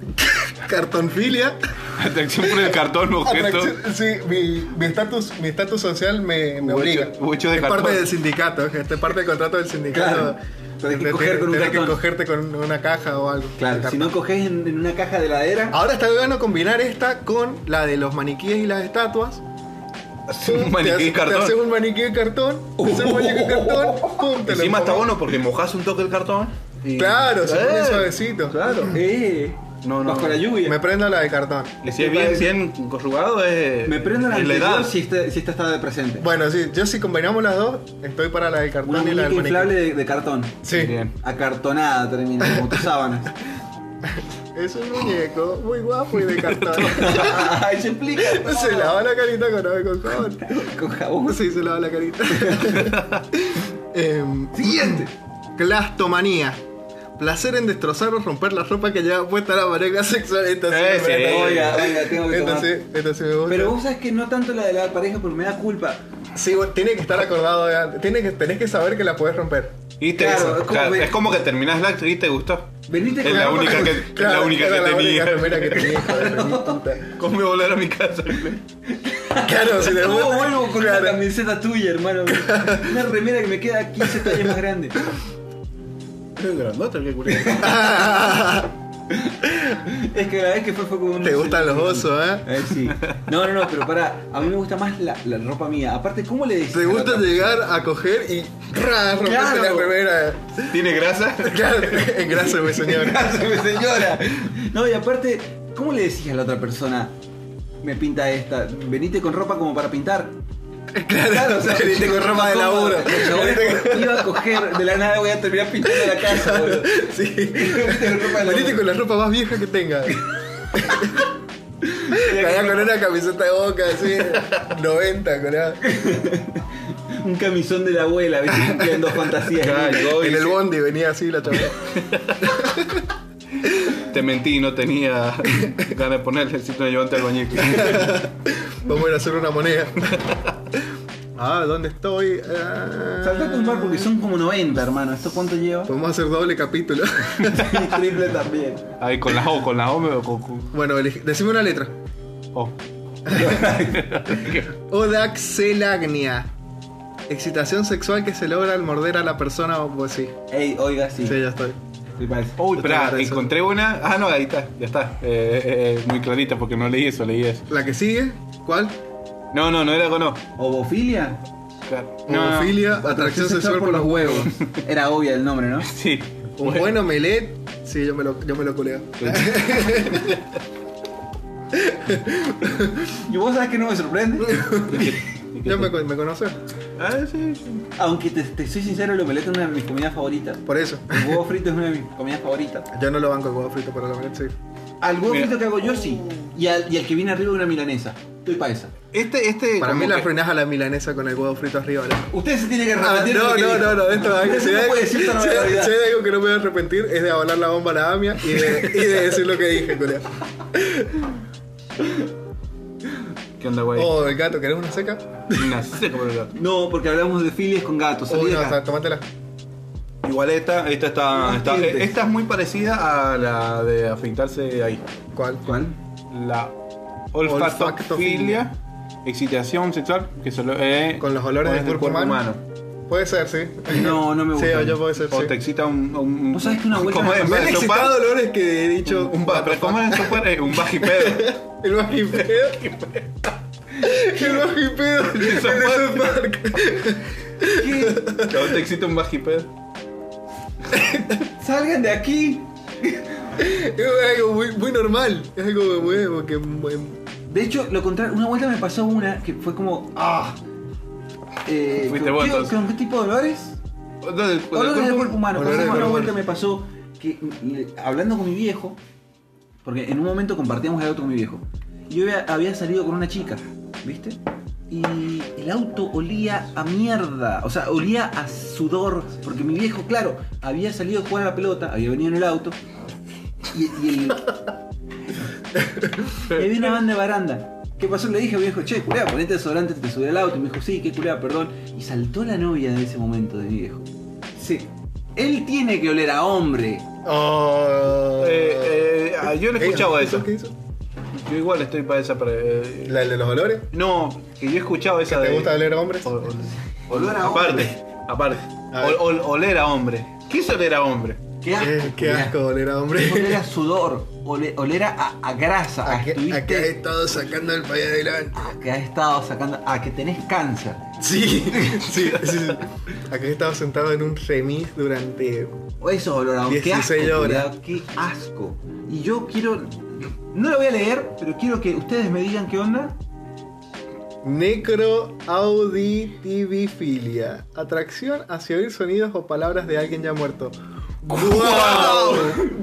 este. Cartonfilia. Atracción por el cartón, objeto. Atracción- Sí, mi mi estatus mi estatus social me, me Huecho- obliga. huecho de es cartón. parte del sindicato, gente, es parte del contrato del sindicato. Claro. Tenés que Te- coger con un tenés que cartón. cogerte con una caja o algo. de Claro, si cartón. no cogés en, en una caja de heladera... Ahora está bueno combinar esta con la de los maniquíes y las estatuas. Un maniquí te hace- de cartón. Te haces un maniquí de cartón, te haces un maniquí de cartón, pum, te lo Encima está pongo. bueno porque mojas un toque el cartón. y- Claro, se pone Eh, suavecito. Claro. Eh, No, no. Bajo la lluvia. Me prendo la de cartón. Y si es bien, bien conjugado, es. Me prendo la es la edad. anterior si esta, si esta está de presente. Bueno, sí, yo si combinamos las dos, estoy para la de cartón Una y muñeca la del maniquí. inflable de, de cartón. Sí. Bien. Acartonada termina, como tus sábanas. Es un muñeco muy guapo y de cartón. Ay, se explica. se lava la carita con agua con jabón. Con jabón. Sí, se lava la carita. Em, Siguiente. Clastomanía. Placer en destrozar o romper la ropa que lleva puesta la pareja sexual. Esta sí, Eh, me sí. gusta. Oiga, oiga, tengo que Esta tomar. sí, esta sí me gusta. Pero vos sabés que no tanto la de la pareja porque me da culpa. Sí, vos tiene que estar acordado. de antes. Tiene que, tenés que saber que la podés romper. Y te Claro, claro, es como que- es como que terminás la y te gustó. Venite Es con la ropa- única que, es la única era que la tenía. única remera que tenía. joder, mi puta. ¿Cómo me voy a volver a mi casa? Claro, si le ¿Cómo gusta- vuelvo con claro. una camiseta tuya, hermano? Una remera que me queda 15 tallas más grande. Grandote, Es que la vez que fue fue como un. Te gustan los osos, ¿eh? Eh, sí. No, no, no, pero para, a mí me gusta más la, la ropa mía. Aparte, ¿cómo le decís? Te a la gusta otra? llegar a coger y ra, romperte Claro. la remera. ¿Tiene grasa? Claro, gracias, mi señor. señora. No, y aparte, ¿cómo le decís a la otra persona? Me pinta esta. Venite con ropa como para pintar. Claro, o sea, veniste con ropa de Cómodo, laburo. el chabón Iba a coger, de la nada voy a terminar pintando la casa, boludo. Sí. Veniste con ropa de Veniste laburo. con la ropa más vieja que tenga. Cagá con una camiseta de boca, así, 90, colá. Un camisón de la abuela, viste, cumpliendo fantasías. Claro, En el y- bondi venía así la chavala. Te mentí, no tenía ganas de ponerle, si no llevante al bañil. Vamos a ir a hacer una moneda. Ah, ¿dónde estoy? Ah. Saltate un par porque son como 90, hermano. ¿Esto cuánto lleva? Podemos hacer doble capítulo. Y triple también. Ahí con la O, con la O me con, con- oh. bueno, elige- decime una letra. O. Odaxelagnia. Excitación sexual que se logra al morder a la persona o pues sí. Ey, oiga, sí. Sí, ya estoy. Me parece. Oh, Uy, Yo Oh, espera, tengo eso. encontré una. Ah, no, ahí está, ya está. Eh, eh, eh, muy clarita porque no leí eso, leí eso. ¿La que sigue? ¿Cuál? No, no, no era con O. ¿Obofilia? Claro. No, no. Homofilia, atracción sexual por los huevos. Era obvio el nombre, ¿no? Sí. Un buen omelet. Sí, yo me lo, yo me lo culeo. Y vos sabés que no me sorprende. ¿Ya me, me conoces? Ah, sí, sí. Aunque te, te soy sincero, el omelette es una de mis comidas favoritas. Por eso. El huevo frito es una de mis comidas favoritas. Yo no lo banco el huevo frito para el omelet, sí. Al huevo Mira. frito que hago yo sí. Y al, y al que viene arriba una milanesa. Estoy pa' esa. Este, este. Para como mí la que- arruinás a la milanesa con el huevo frito arriba. ¿no? Usted se tiene que Ah, arrepentir. de lo no, que no, dijo. no, no, esto Usted es no puede decir tan barbaridad. Si hay algo que no me voy a arrepentir es de avalar la bomba a la AMIA y de, y de decir lo que dije, culeo. ¿Qué onda, güey? Oh, el gato, ¿querés una seca? Una seca por el gato. No, porque hablamos de filias con gatos. Oh, salí de no, o acá. sea, tomátela. Igual esta, esta está, Más Ah, está- gente. esta es muy parecida a la de afeitarse ahí. ¿Cuál? ¿Cuál? La Olfactofilia. olfactofilia, excitación sexual, que solo eh, Con los olores del cuerpo humano. Puede ser, sí. No, no me Sí, gusta. yo puede ser, O te sí. excita un, un ¿Vos sabés que una vuelta ¿Cómo me es? Me ¿En han vez de excitado sopar? olores que he dicho Un un ba- pero ¿Cómo bajo. es el sopar? Eh, Un bajipedo. Mm. El bajipedo. El bajipedo. El de South Park. ¿Qué? ¿O te excita un bajipedo? ¡Salgan de aquí! Es algo muy, muy normal. Es algo muy, que muy- De hecho, lo contrario, una vuelta me pasó una que fue como. ¡Ah! Eh, Fuiste ¿con, vos, qué, entonces. con qué tipo de olores? Olores del Olores del cuerpo humano. Olores Por ejemplo, del una cuerpo vuelta me pasó que le- hablando con mi viejo, porque en un momento compartíamos el auto con mi viejo, yo había, había salido con una chica, ¿viste? Y el auto olía a mierda, o sea, olía a sudor, porque mi viejo, claro, había salido a jugar a la pelota, había venido en el auto, y, y el, y había una banda de baranda. ¿Qué pasó? Le dije a mi viejo, che, culea, ponete desodorante, te subí al auto. Y me dijo, sí, qué culea, perdón. Y saltó la novia de ese momento de mi viejo. Sí. Él tiene que oler a hombre. Oh. Eh, eh, ah, yo no Ey, escuchaba ¿qué eso. ¿Qué hizo? Yo igual estoy para esa. Para, eh, ¿La de los olores? no, que yo he escuchado esa ¿Te de. gusta oler hombres? Ol- ol- Olor a aparte, aparte. A ver. Ol- ol- oler a hombre. ¿Qué es oler a hombre? Qué asco. Eh, qué culea. asco oler Oler a a hombre. sudor. ole- Oler a, a grasa. A, Aquí estuviste- aquí has estado sacando el país adelante. a que has estado sacando. A que tenés cáncer. Sí, sí, sí, sí. Acá he estado sentado en un remis durante. O Eso es olor a hombre. Qué asco. 16 horas. culea, Qué asco. Y yo quiero. No lo voy a leer, pero quiero que ustedes me digan qué onda. Necroauditivifilia. Atracción hacia oír sonidos o palabras de alguien ya muerto. ¡Guau!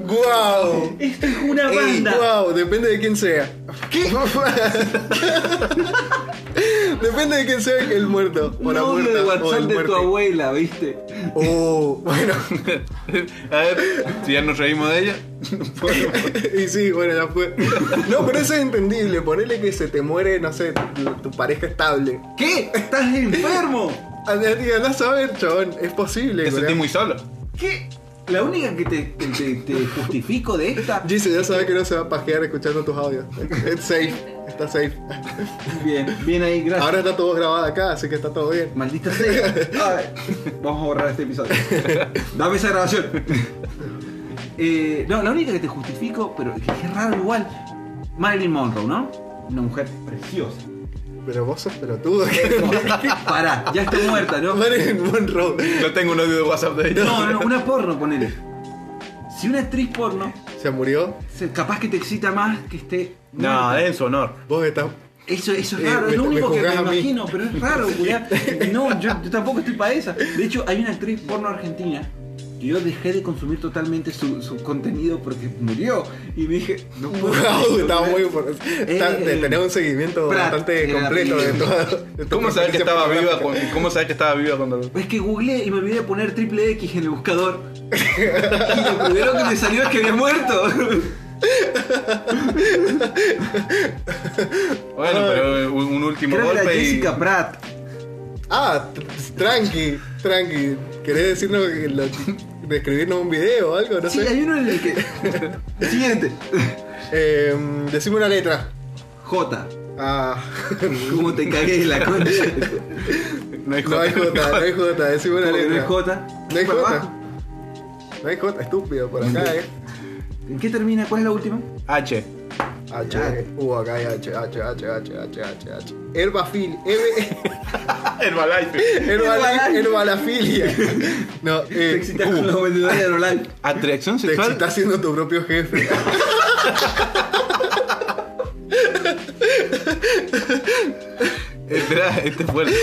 ¡Guau! Esto es una Ey, ¡Guau! Depende de quién sea. ¿Qué? Depende de quién sea el muerto. O un la audio muerta. de o WhatsApp el de tu muerto. abuela, ¿viste? Oh, bueno. a ver, si ya nos reímos de ella. y sí, bueno, ya fue. No, pero eso es entendible. Ponele que se te muere, no sé, tu, tu pareja estable. Ah, ¿Qué? ¿Estás enfermo? Andá a saber, chabón. Es posible, Te güey. sentí muy solo. ¿Qué? La única que te, que te- te justifico de esta. Gise, ya sabes que no se va a pajear escuchando tus audios. It's safe. Está safe. Bien, bien ahí, gracias. Ahora está todo grabado acá, así que está todo bien. Maldita sea. Ay, vamos a borrar este episodio. Dame esa grabación. Eh, no, la única que te justifico, pero que es raro igual. Marilyn Monroe, ¿no? Una mujer preciosa. Pero vos sos pelotudo. No, Pará, ya está muerta, ¿no? Marilyn Monroe No tengo un audio de WhatsApp de ella. No, no, una porno, ponele. Si una actriz porno se murió. Se- Capaz que te excita más que esté. No, muerto. den su honor. Vos estás. Eso, eso es Eh, raro, me- es lo me único que me juzgás a mí. imagino, pero es raro, culiá. No, yo, yo tampoco estoy para esa. De hecho, hay una actriz porno argentina que yo dejé de consumir totalmente su, su contenido porque murió. Y me dije, no puedo. Wow, estaba muy. Eh, Tenés un seguimiento Brad bastante era completo de vivo. todo. de tu ¿Cómo sabes que preferencia estaba viva? pornográfica. pues? cu- ¿Cómo sabes que estaba viva cuando lo- Es que googleé y me olvidé de poner triple X en el buscador. Y lo primero que me salió es que había muerto. Bueno, Ay. pero eh, un, un último Creo que era golpe y. Jessica Pratt. Ah, tr- tranqui, tranqui. ¿Querés decirnos que lo- describirnos un video o algo? No Sí, sé. hay uno en el que. Siguiente. Em, decime una letra. J. Ah. ¿Cómo te cagué en la concha? No hay No hay jota. J, no hay J, decime una Porque no letra. es J. No hay Para J. abajo. No hay J, estúpido, por acá, eh. ¿En qué termina? ¿Cuál es la última? H. H, U, acá hay H, H, H, H, H, H, H. Herbafil, F, Ah, Herbalife. herbala- herbalafilia. No, Te eh, excitas con los vendedores de Roland. Atracción te sexual. estás siendo tu propio jefe. Espera, este fue el.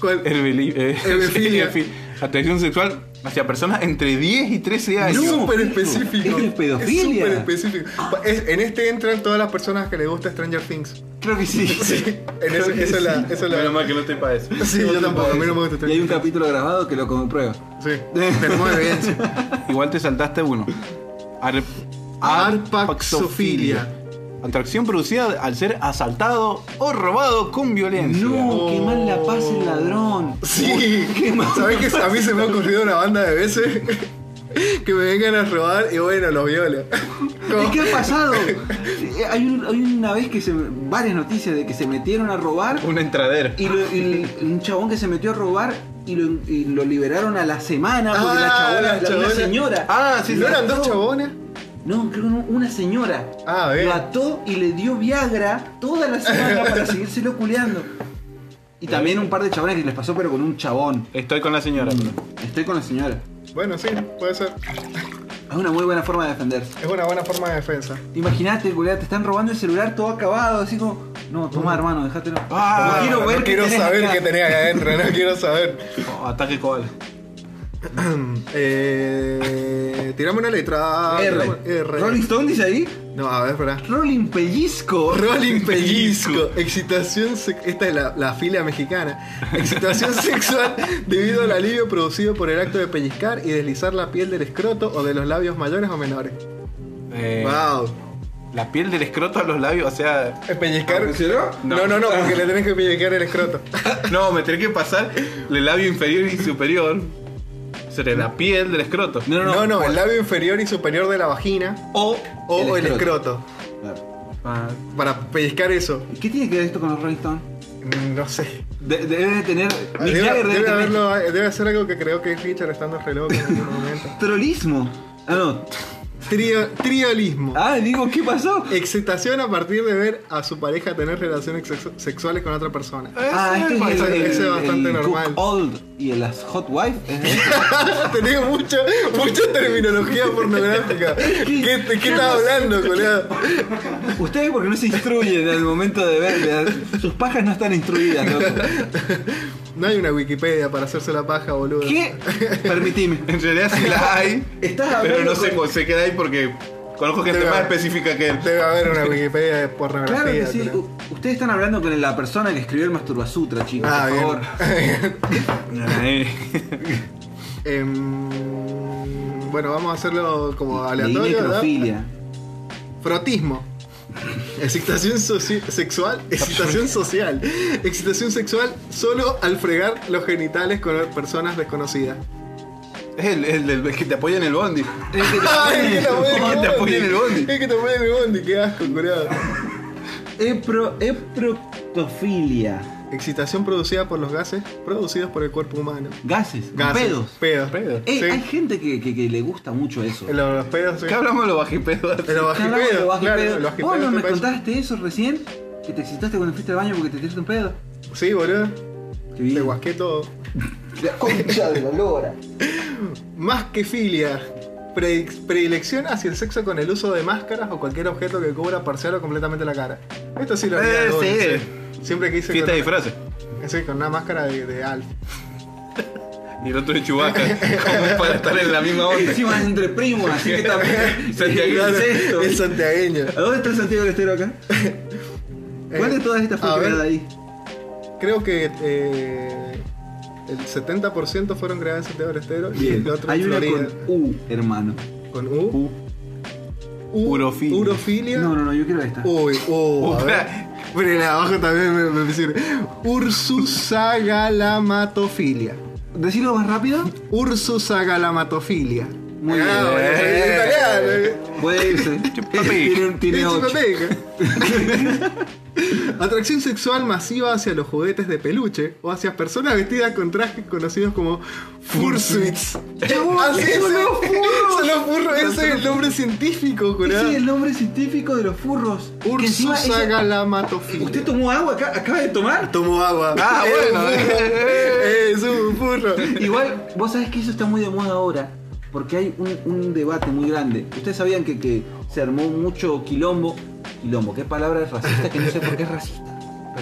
¿Cuál? Herbili- eh, Herbefilia. sí, herfi- Atracción sexual hacia personas entre 10 y 13 años. Es No, súper eso. específico. Eso es pedofilia. súper específico. Es- en este entran todas las personas que les gusta Stranger Things. Creo que sí. En eso, eso es la. Eso es la- Menos mal que no estoy para eso. Sí, yo tampoco. A mí no me gusta Y hay un Stranger Things. capítulo grabado que lo comprueba. Sí, te mueve bien. Igual te saltaste uno. Ar- Arpaxofilia. Atracción producida al ser asaltado o robado con violencia. No, que Oh, mal la pasa el ladrón. Sí, ¿sabes que a mí se me ha ocurrido una banda de veces que me vengan a robar y bueno, los viola? ¿Y qué ha pasado? Eh, Hay, un- hay una vez que se. varias noticias de que se metieron a robar Un entradero. y, lo- y el- un chabón que se metió a robar y lo, y lo liberaron a la semana porque la Ah, chabona, la la una chabona. señora. Ah, sí, ¿no lo eran dos ató. chabones? No, creo que no, una señora. Ah, bien. Lo ató y le dio Viagra toda la semana para seguírselo culeando. Y también un par de chabones que les pasó, pero con un chabón. Estoy con la señora. Mm. Estoy con la señora. Bueno, sí, puede ser. Es una muy buena forma de defenderse. Es una buena forma de defensa. Imagínate, culiá, te están robando el celular todo acabado, así como. No, toma, hermano, déjatelo. Ah, no quiero ver Oh. no qué quiero tenés saber acá. qué tenés acá adentro, no quiero saber. Oh, ataque coal. Eh, tirame una letra. R. tirame- R. Rolling Stone dice ahí. No, a ver, espera. Rolling Pellizco. Rolling pellizco. Excitación sex- Esta es la, la filia mexicana. Excitación sexual debido al alivio producido por el acto de pellizcar y deslizar la piel del escroto o de los labios mayores o menores. Eh, Wow. La piel del escroto a los labios, o sea. Eh, Pellizcar. ¿Funcionó? No, no, no, porque le tenés que pellizcar el escroto. No, me tenés que pasar el labio inferior y superior. Sobre la piel del escroto. No, no, No, no, el labio inferior y superior de la vagina O. o El el, escroto. escroto. Claro. ah, Para pellizcar eso. ¿Y ¿Qué tiene que ver esto con los Rolling Stone? No sé. De- debe de tener. Mick Ah, Debe, Jagger debe, debe tener haberlo- debe ser algo que creo que Richard está en los relojes en algún momento. Trolismo. Ah, no. Trio- triolismo. Ah, digo, ¿qué pasó? Excitación a partir de ver a su pareja tener relaciones sexu- sexuales con otra persona. Ah, ese este es parece- el, el, ese es bastante el normal. Cook Old y el as- Hot Wife. Eh, ¿es de- Tenía mucha, mucha terminología pornográfica. ¿Qué, te- qué estás hablando, colega? Ustedes porque no se instruyen al momento de ver. de- sus pajas no están instruidas, loco. No hay una Wikipedia para hacerse la paja, boludo. ¿Qué? Permitime. En realidad sí la hay. Estás pero hablando no sé con- cu- se queda ahí porque conozco gente Debe más haber- específica que él. Debe haber una Wikipedia de pornografía. Claro que sí. creo. U- Ustedes están hablando con la persona que escribió el Masturbasutra, chicos, Ah, por favor. bien. Ay. Em, bueno, vamos a hacerlo como Leí aleatorio, ¿verdad? necrofilia. Frotismo. Excitación soci- sexual. Excitación social. Excitación sexual solo al fregar los genitales con personas desconocidas. Es el, el, del- el que te apoya en el bondi. Ay, es que te apoya Es que te apoya en en el el bondi. Es que te apoya en el bondi, qué asco, curado. Epro, eproctofilia. Excitación producida por los gases producidos por el cuerpo humano. Gases, Gases. pedos. Pedos. Pedos. Eh, Sí. Hay gente que, que- que le gusta mucho eso. En Los, los pedos, sí. ¿Qué hablamos de los bajipedos? En los Hablamos de bajipedos, los claro. este bajipedos. Los ¿Vos no bajipedos, me te parece- contaste eso recién? ¿Que te excitaste cuando fuiste al baño porque te tiraste un pedo? Sí, boludo. Qué Te bien. guasqué todo. La concha de la lora. Más que filia, pre- predilección hacia el sexo con el uso de máscaras o cualquier objeto que cubra parcial o completamente la cara. Esto sí lo Eh, haría Adonis, sí. sí. Siempre que hice Fiesta de con, disfraces. sí, con una máscara de, de Alf. Y el otro de Chubaca. Como para estar en la misma onda. Encima es entre primos, así que también. Santiago, es esto. es santiagueño. ¿A dónde está el Santiago del Estero acá? ¿Cuál Eh, de todas estas a fue ver, creada ahí? Creo que eh, el 70% fueron creadas en Santiago del Estero y el otro Hay en una Florida. con U, hermano. Con, U. U- Urofilia. Urofilia. No, no, no, yo quiero esta. Uy, oh, a ver. Espera. Miren, abajo también me, me sirve. Ursusagalamatofilia. Decirlo más rápido. Ursusagalamatofilia. Muy bien. Ah, bueno, soy italiano, eh. Puede irse. Chupapi. tiene tiene Sí, ocho. chupapeca. Atracción sexual masiva hacia los juguetes de peluche o hacia personas vestidas con trajes conocidos como fursuits. Ah, Así es, son los furros. son los furros, ese es el nombre científico, Ese es curado. el nombre científico de los furros. Que encima ella- Ursusagalamatofilia. ¿Usted tomó agua? acá? ¿Acaba de tomar? tomó agua. Eh, Ah, Es un bueno. furro. eh, Es un furro. Igual, vos sabés que eso está muy de moda ahora, porque hay un, un debate muy grande. Ustedes sabían que, que se armó mucho quilombo. Quilombo, qué palabra es racista, que no sé por qué es racista.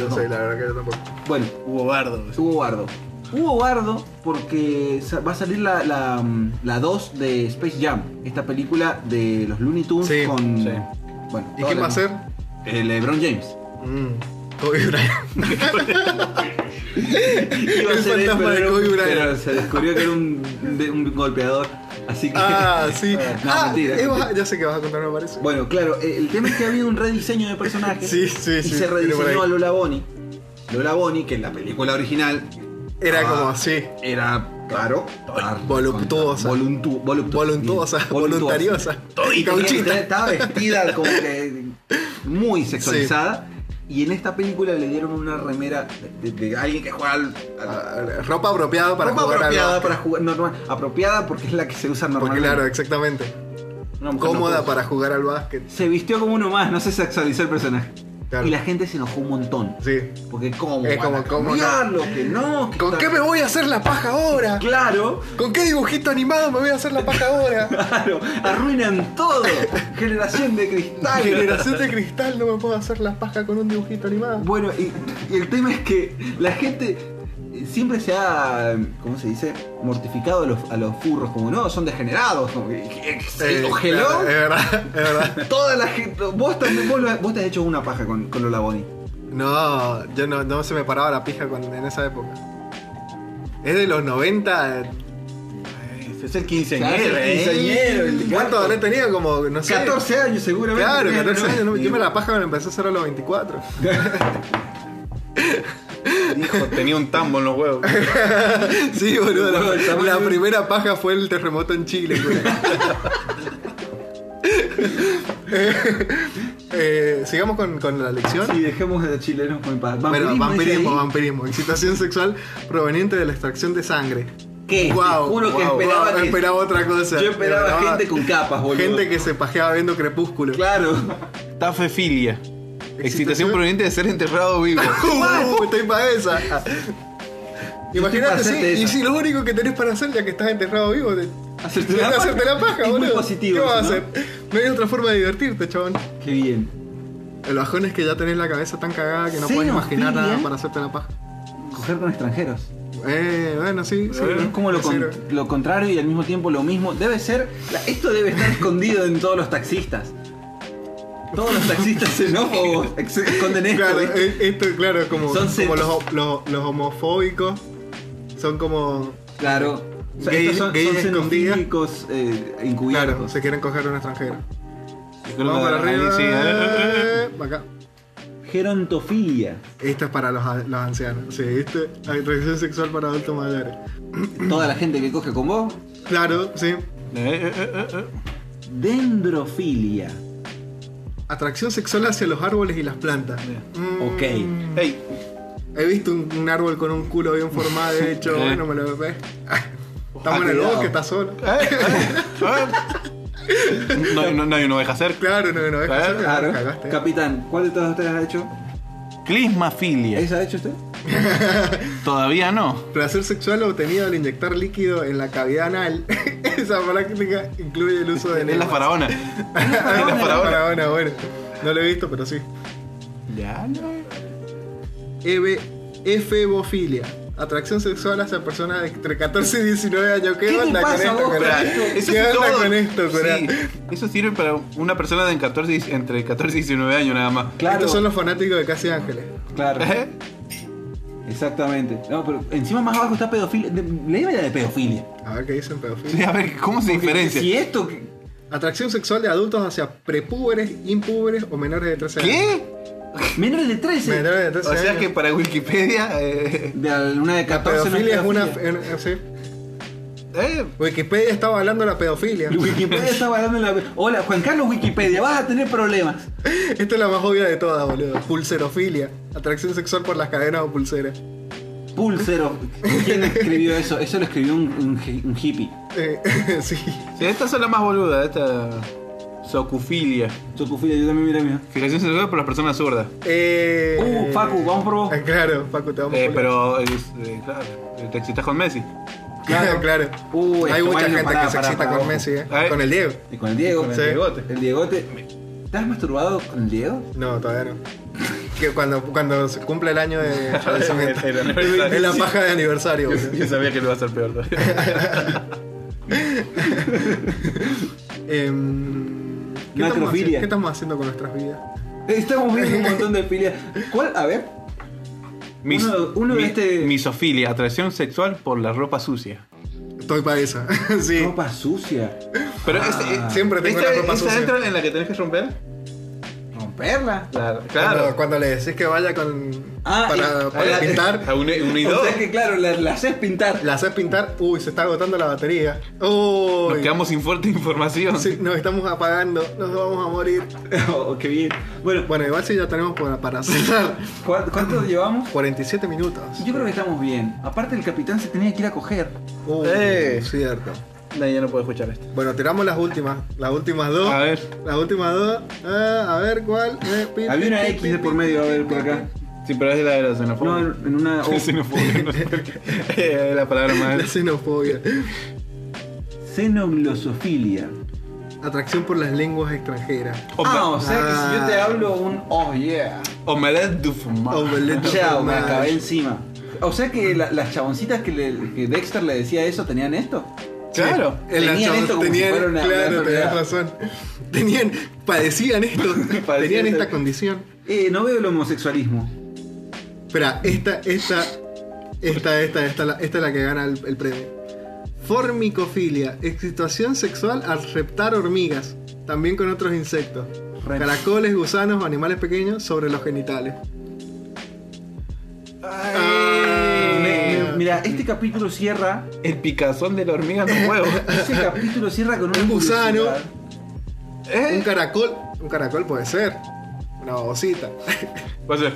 No sé, la verdad que yo tampoco. Bueno, Hubo bardos. hubo bardo. Hubo bardo porque sa- va a salir la, la, mm, la 2 de Space Jam, esta película de los Looney Tunes Sí, con... sí. Bueno, ¿Y todo quién lo- va a ser? Eh, LeBron James. Mm, Kobe Bryant. Iba a El ser él, fantasma pero de era un- Kobe Pero Bryant. se descubrió que era un, de- un golpeador, así que... Ah, sí. No, ah, mentira, eh, vas- mentira. ya sé que vas a contar, me parece. Bueno, claro, eh, el tema es que ha habido un rediseño de personajes. Sí, sí, y sí, se tiene por ahí. rediseñó a Lola Boni. Lola Boni, que en la película original Era Ah. como así. era, claro, tar- Voluptuosa. voluntu- voluptu- Voluntuosa, bien, voluntariosa. Tenía que Gauchista. tener- Estaba vestida como que muy sexualizada. Y en esta película le dieron una remera de, de- de alguien que juega al, al- Ah, Ropa apropiada para ropa jugar al apropiada básquet. para jugar normal, apropiada porque es la que se usa Porque normalmente. claro, exactamente. Una mujer no Cómoda puede- para jugar al básquet. Se vistió como uno más, no se sexualizó el personaje. Claro. Y la gente se enojó un montón. Sí. Porque cómo Es van como, a ¿cómo no? cambiarlo, que no, que ¿Con está- qué me voy a hacer la paja ahora? Claro, ¿Con qué dibujito animado me voy a hacer la paja ahora? claro, arruinan todo. Generación de cristal. Generación de cristal, no me puedo hacer la paja con un dibujito animado. Bueno, y, y el tema es que la gente siempre se ha, ¿cómo se dice? Mortificado a los, a los furros, como no, son degenerados. Como que, Eh, ¿o hello? claro, Es verdad, es verdad. Toda la gente. Vos, también, vos, lo- vos te has hecho una paja con, con Lola Bonnie. No, yo no, no se me paraba la pija cuando- en esa época. Es de los 90. eh, eh, Es el quinceañero, Claro, Ah, el eh. quinceañero, el ¿Cuánto gato. habré tenido? Como, no sé. 14 años seguramente. Claro, tenía, 14 ¿no? años. no, Sí. Yo me la paja cuando empecé a hacer a los 24. Hijo, tenía un tambo en los huevos. sí, boludo. Bueno, La, el tamaño la de- primera paja fue el terremoto en Chile, güey. Eh, eh, sigamos con, con la lección. Sí, dejemos de chilenos con paz. Bueno, Vampirismo, dice vampirismo, ahí, vampirismo. Excitación sexual proveniente de la extracción de sangre. que te Guau, juro que guau, esperaba, guau, que- esperaba otra cosa. Yo esperaba gente con capas, boludo. Gente que se pajeaba viendo crepúsculo. Claro. Tafefilia. Excitación proveniente de ser enterrado vivo. Uh, estoy para esa. pa' Imagínate, sí, hacerte y esa. si lo único que tenés para hacer ya que estás enterrado vivo, te, Hacerte te- la paja. hacerte la paja, Es muy boludo. positivo ¿Qué vas a eso, hacer? ¿no? No hay otra forma de divertirte, chabón. Qué bien. El bajón es que ya tenés la cabeza tan cagada que no puedes imaginar Xenofilia. nada para hacerte la paja. Coger con extranjeros. Eh, bueno, sí, sí. es como lo, me con- sirve. lo contrario y al mismo tiempo lo mismo. Debe ser. la- esto debe estar escondido en todos los taxistas. Todos los taxistas xenófobos ex- esconden esto. Claro, ¿viste? eh, esto, claro, es como, Son como sen- los, los- los homofóbicos son como. Claro. O sea, Gay- estos son, gay son escondida. xenofílicos, eh, Claro, encubiertos. se quieren coger a un extranjero. Vamos Vamos para arriba. Sí, pa' acá. Gerontofilia. Esto es para los, a- los ancianos. Sí, este atracción sexual para adultos mayores. Toda la gente que coge con vos. Claro, sí. Eh, eh, eh, eh. Dendrofilia. Atracción sexual hacia los árboles y las plantas. Mm, Ok. eh. Ey, He visto un, un árbol con un culo bien formado, de hecho, Eh. Ah, bueno, me lo ves. Estamos en el cuidado. bosque, está solo. Eh, no, no, no hay una oveja cerca. Claro, no, no, es Claro. que Claro. cagaste. Capitán, ¿cuál de todas ustedes ha hecho? Clismafilia. ¿Esa ha hecho usted? Todavía no. Placer sexual obtenido al inyectar líquido en la cavidad anal. Esa práctica incluye el uso de Es la enemas. faraona. Ah, Es la faraona. bueno. No lo he visto, pero sí. Ya, no. EB, efebofilia. Atracción sexual hacia personas de entre 14 y 19 años. ¿Qué, ¿Qué te onda con pasa, esto, vos, Corán? Corán? ¿Qué Eso onda es todo. con esto, Corán? Sí, eso sirve para una persona de 14 y- entre 14 y 19 años nada más. Claro. Estos son los fanáticos de Casi Ángeles. Claro. ¿Eh? Exactamente. No, pero encima más abajo está pedofilia. De- Léeme la de pedofilia. A ver qué dicen pedofilia. Sí, a ver, ¿cómo se diferencia? Si esto. que- Atracción sexual de adultos hacia prepúberes, impúberes o menores de 13 años. ¿Qué? Menores de 13. Menores de 13 O sea años. que para Wikipedia. Eh, De al- una de 14 no pedofilia es una. pedofilia. en- en- sí. eh, Wikipedia estaba hablando de la pedofilia. Wikipedia estaba dando la. Hola, Juan Carlos Wikipedia, vas a tener problemas. Esta es la más obvia de todas, boludo. Pulserofilia. Atracción sexual por las cadenas o pulseras. Pulsero. ¿Quién escribió eso? Eso lo escribió un, un hi- un hippie. Eh, sí. sí, estas son las más boludas, esta. Socufilia. Socofilia, yo también mira mía. Fijación sexual por las personas zurdas. Eh, Uh, Facu, vamos por vos. Eh, claro, Facu, te vamos Eh, por- pero, es, eh, claro, te excitas con Messi. Claro, claro. Uh, Hay esto, mucha bueno, gente pará, que se pará, excita pará, con ojo. Messi, ¿eh? Ay. Con el Diego. Y con el Diego. Con el Sí. bigote. El Diegote. ¿Te has masturbado con el Diego? No, todavía no. Que cuando, cuando se cumple el año de fallecimiento. El aniversario. es la paja de aniversario, boludo. Yo sabía que lo iba a hacer peor. todavía. Em, ¿qué, estamos Macrofilia. haciendo, qué estamos haciendo con nuestras vidas? Estamos viendo un montón de filias. ¿Cuál? A ver. Mis- Uno- uno de este- Misofilia, atracción sexual por la ropa sucia. Estoy para esa. sí. Ropa sucia. Pero Ah. este- eh, Siempre tengo esta, la ropa esta sucia. entra en la que tenés que romper? Romperla. Claro. Cuando, claro. cuando le decís que vaya con. Ah, para y- para ah, pintar. A un, un y O dos. sea que claro, la, la haces pintar. La haces pintar, uy, se está agotando la batería. Nos Uy, quedamos sin fuerte información. sí, nos estamos apagando, nos vamos a morir. Oh, qué bien. Bueno, Bueno, igual si ya tenemos para, para cerrar ¿cuá- ¿cuánto llevamos? 47 minutos. Yo creo que estamos bien. Aparte el capitán se tenía que ir a coger. Uy, Eh. Uh, cierto. Nadie ya no puede escuchar esto. Bueno, tiramos las últimas. Las últimas dos. A ver. Las últimas dos. Ah, a ver cuál. Eh, pi, Había pi, una pi, X pi, de pi, por pi, medio, a pi, ver, pi, por acá. Sí, pero es de la de la No, xenofobia. en una O. Xenofobia, no sé por qué. Eh, la palabra pi. más. La xenofobia. Xenoglosofilia. Atracción por las lenguas extranjeras. Ah, o sea que si yo te Ah. hablo un oh yeah. Omelette du fromage. Omelette du Chao, me fromage. acabé encima. O sea que la- las chaboncitas que, le- que Dexter le decía eso tenían esto. Claro. En la Tenían chava- esto como si tenían- fuera una- una Claro, enfermedad. tenías razón. Tenían, padecían esto. tenían esta esto. condición. Eh, no veo el homosexualismo. Espera, esta, esta, esta, esta, esta, la- esta es la que gana el, el premio. Formicofilia, excitación sexual al reptar hormigas, también con otros insectos, Rep- caracoles, gusanos o animales pequeños sobre los genitales. Me- Ah, me- mira, este capítulo cierra. El picazón de la hormiga en los huevos. Este capítulo cierra con una Un gusano. curiosidad. un ¿Eh? caracol, un caracol puede ser, una babosita. Va a ser.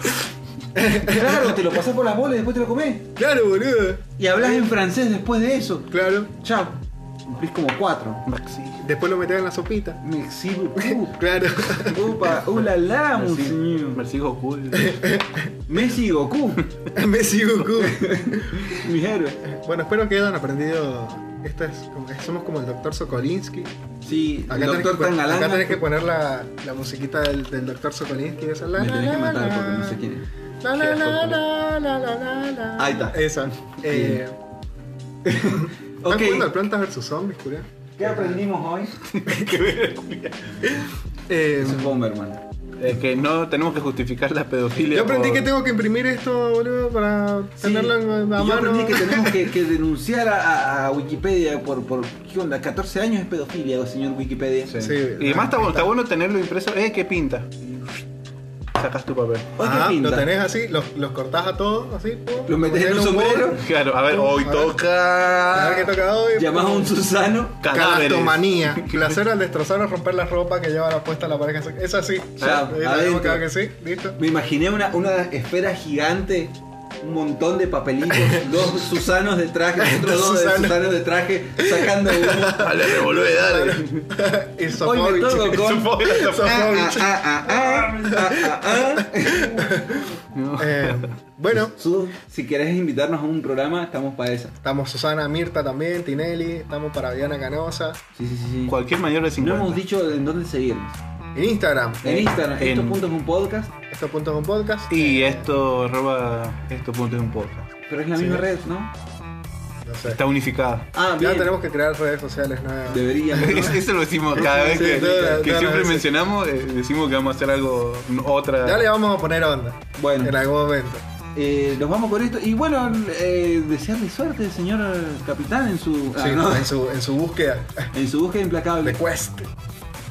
Claro, te lo pasás por las bolas y después te lo comés. Claro, boludo. Y hablas en francés después de eso. Claro. Chao. Cumplís como cuatro. Maxi. Después lo metían en la sopita. Me exhibo. Uh, Claro. Upa, uh, la la, Merci, monseñor. merci Goku. Messi y Goku, Messi y Goku. mis héroes. Bueno, espero que hayan aprendido. Esta es, como- somos como el doctor Sokolinsky. Sí, Acá el tenés, que, doctor pon- acá Tangalanga. tenés que poner la, la musiquita del, del Dr. Sokolinsky. Esa, la, Me la, tenés que la, matar la, porque no sé quién es. La, la, la, la, la, la, la, la. Ahí está. Esa. Eh, ¿Están jugando al Ok, Plantas vs Zombies, curia? ¿qué aprendimos hoy? Eh, Es un Bomberman. Eh, que no tenemos que justificar la pedofilia. yo aprendí por- que tengo que imprimir esto, boludo, para Sí, tenerlo y en- a yo aprendí mano. que tenemos que, que denunciar a, a- a Wikipedia por, por, ¿qué onda? 14 años es pedofilia, señor Wikipedia. Sí. Sí, y además está, bueno- está bueno tenerlo impreso. Eh, que pinta. Sacas tu papel. Hoy qué Ah, pinta? lo tenés así, los, los cortás a todos, así. pum, Los metés en un bol. sombrero. Claro, a ver, hoy A ver. toca. A ver qué toca hoy. Llamás a un Susano. Cadáveres. Castomanía. Placer al destrozar o romper la ropa que lleva la puesta la pareja. sexual. Eso sí. Chao, Ahí la Ah, adentro. vemos, claro que sí. Listo. Me imaginé una, una esfera gigante, un montón de papelitos, dos Susanos de traje, otros Dos dos de Susanos. Susanos de traje, sacando Ah, uno. Vale, revolve, dale. Y Hoy me toco Sofovich. con. Supongo- Ah, Sofovich. ah, ah, ah, ah, ah, ah, ah. Eh, Bueno, Sudo, si querés invitarnos a un programa, estamos para esa. estamos Susana, Mirta también, Tinelli. Estamos para Diana Canosa. Sí, sí, sí. sí. Cualquier mayor de No 50. hemos dicho en dónde seguirnos. En Instagram. En Eh, Instagram, en- estos puntos es un podcast, Esto punto es un podcast. Eh, Y esto roba esto punto de un podcast. pero es la Sí. misma red, ¿no? No sé. Está unificada. Ah, Ya bien. tenemos que crear redes sociales nuevas. Deberíamos. ¿no? Es- Eso lo decimos cada vez que, Sí, todas- que todas siempre las veces. mencionamos, eh, decimos que vamos a hacer algo, n- otra. Ya le vamos a poner onda. Bueno. En algún momento. Eh, nos vamos con esto. Y bueno, eh, desearle suerte, señor capitán, en su, ah, Sí, no, en, su, en su búsqueda. en su búsqueda De implacable. quest.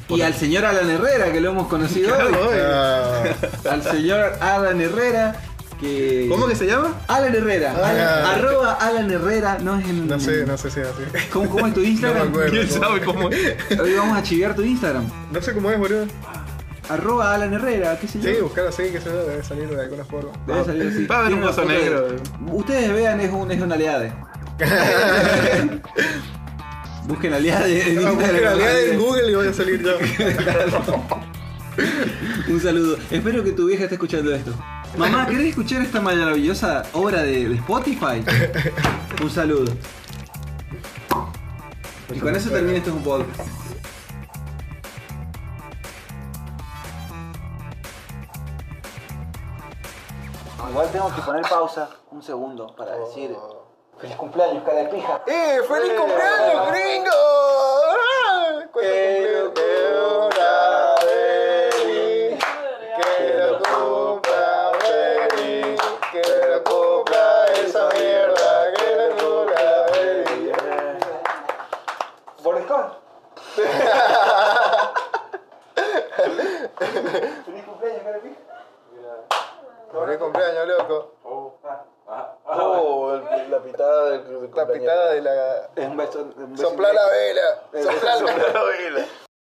Y al señor Alan Herrera, que lo hemos conocido hoy. Ah. Al señor Alan Herrera, que. ¿Cómo que se llama? Alan Herrera. Alan- Ah. arroba Alan Herrera, no es en. No sé, no sé si es así. ¿Cómo, cómo es tu Instagram? acuerdo. ¿Quién Bueno, ¿cómo? sabe cómo es? Hoy vamos a chiviar tu Instagram. No sé cómo es, boludo. Arroba Alan Herrera, qué sé yo. Sí, buscar así, que se debe salir de alguna forma. Debe salir así. Va a haber Tiene un una oso foto de- negro. Ustedes vean, es un, es un aliade. Busquen aliade en Ah, Instagram. busquen la idea en Google y voy a salir yo. Eh, Un saludo. Espero que tu vieja esté escuchando esto. Mamá, ¿querés escuchar esta maravillosa obra de, de Spotify? Un saludo. Y con eso termina esto es un podcast. Igual tengo que poner pausa un segundo para decir feliz cumpleaños, cara de pija. ¡Eh! ¡Feliz cumpleaños, gringo! ¡Ah! ¿Cuánto cumplió? feliz! ¡Que lo cumpla feliz! ¡Que lo cumpla esa mierda! ¡Que lo cumpla feliz! Boris Cor. Feliz cumpleaños, cara de pija. ¡Feliz cumpleaños, loco! Ah, Oh, el- la pitada del, del La cumpleaños. pitada de la... Es un beso. un beso ¡Sopla la indirecto. vela! ¡Sopla la vela!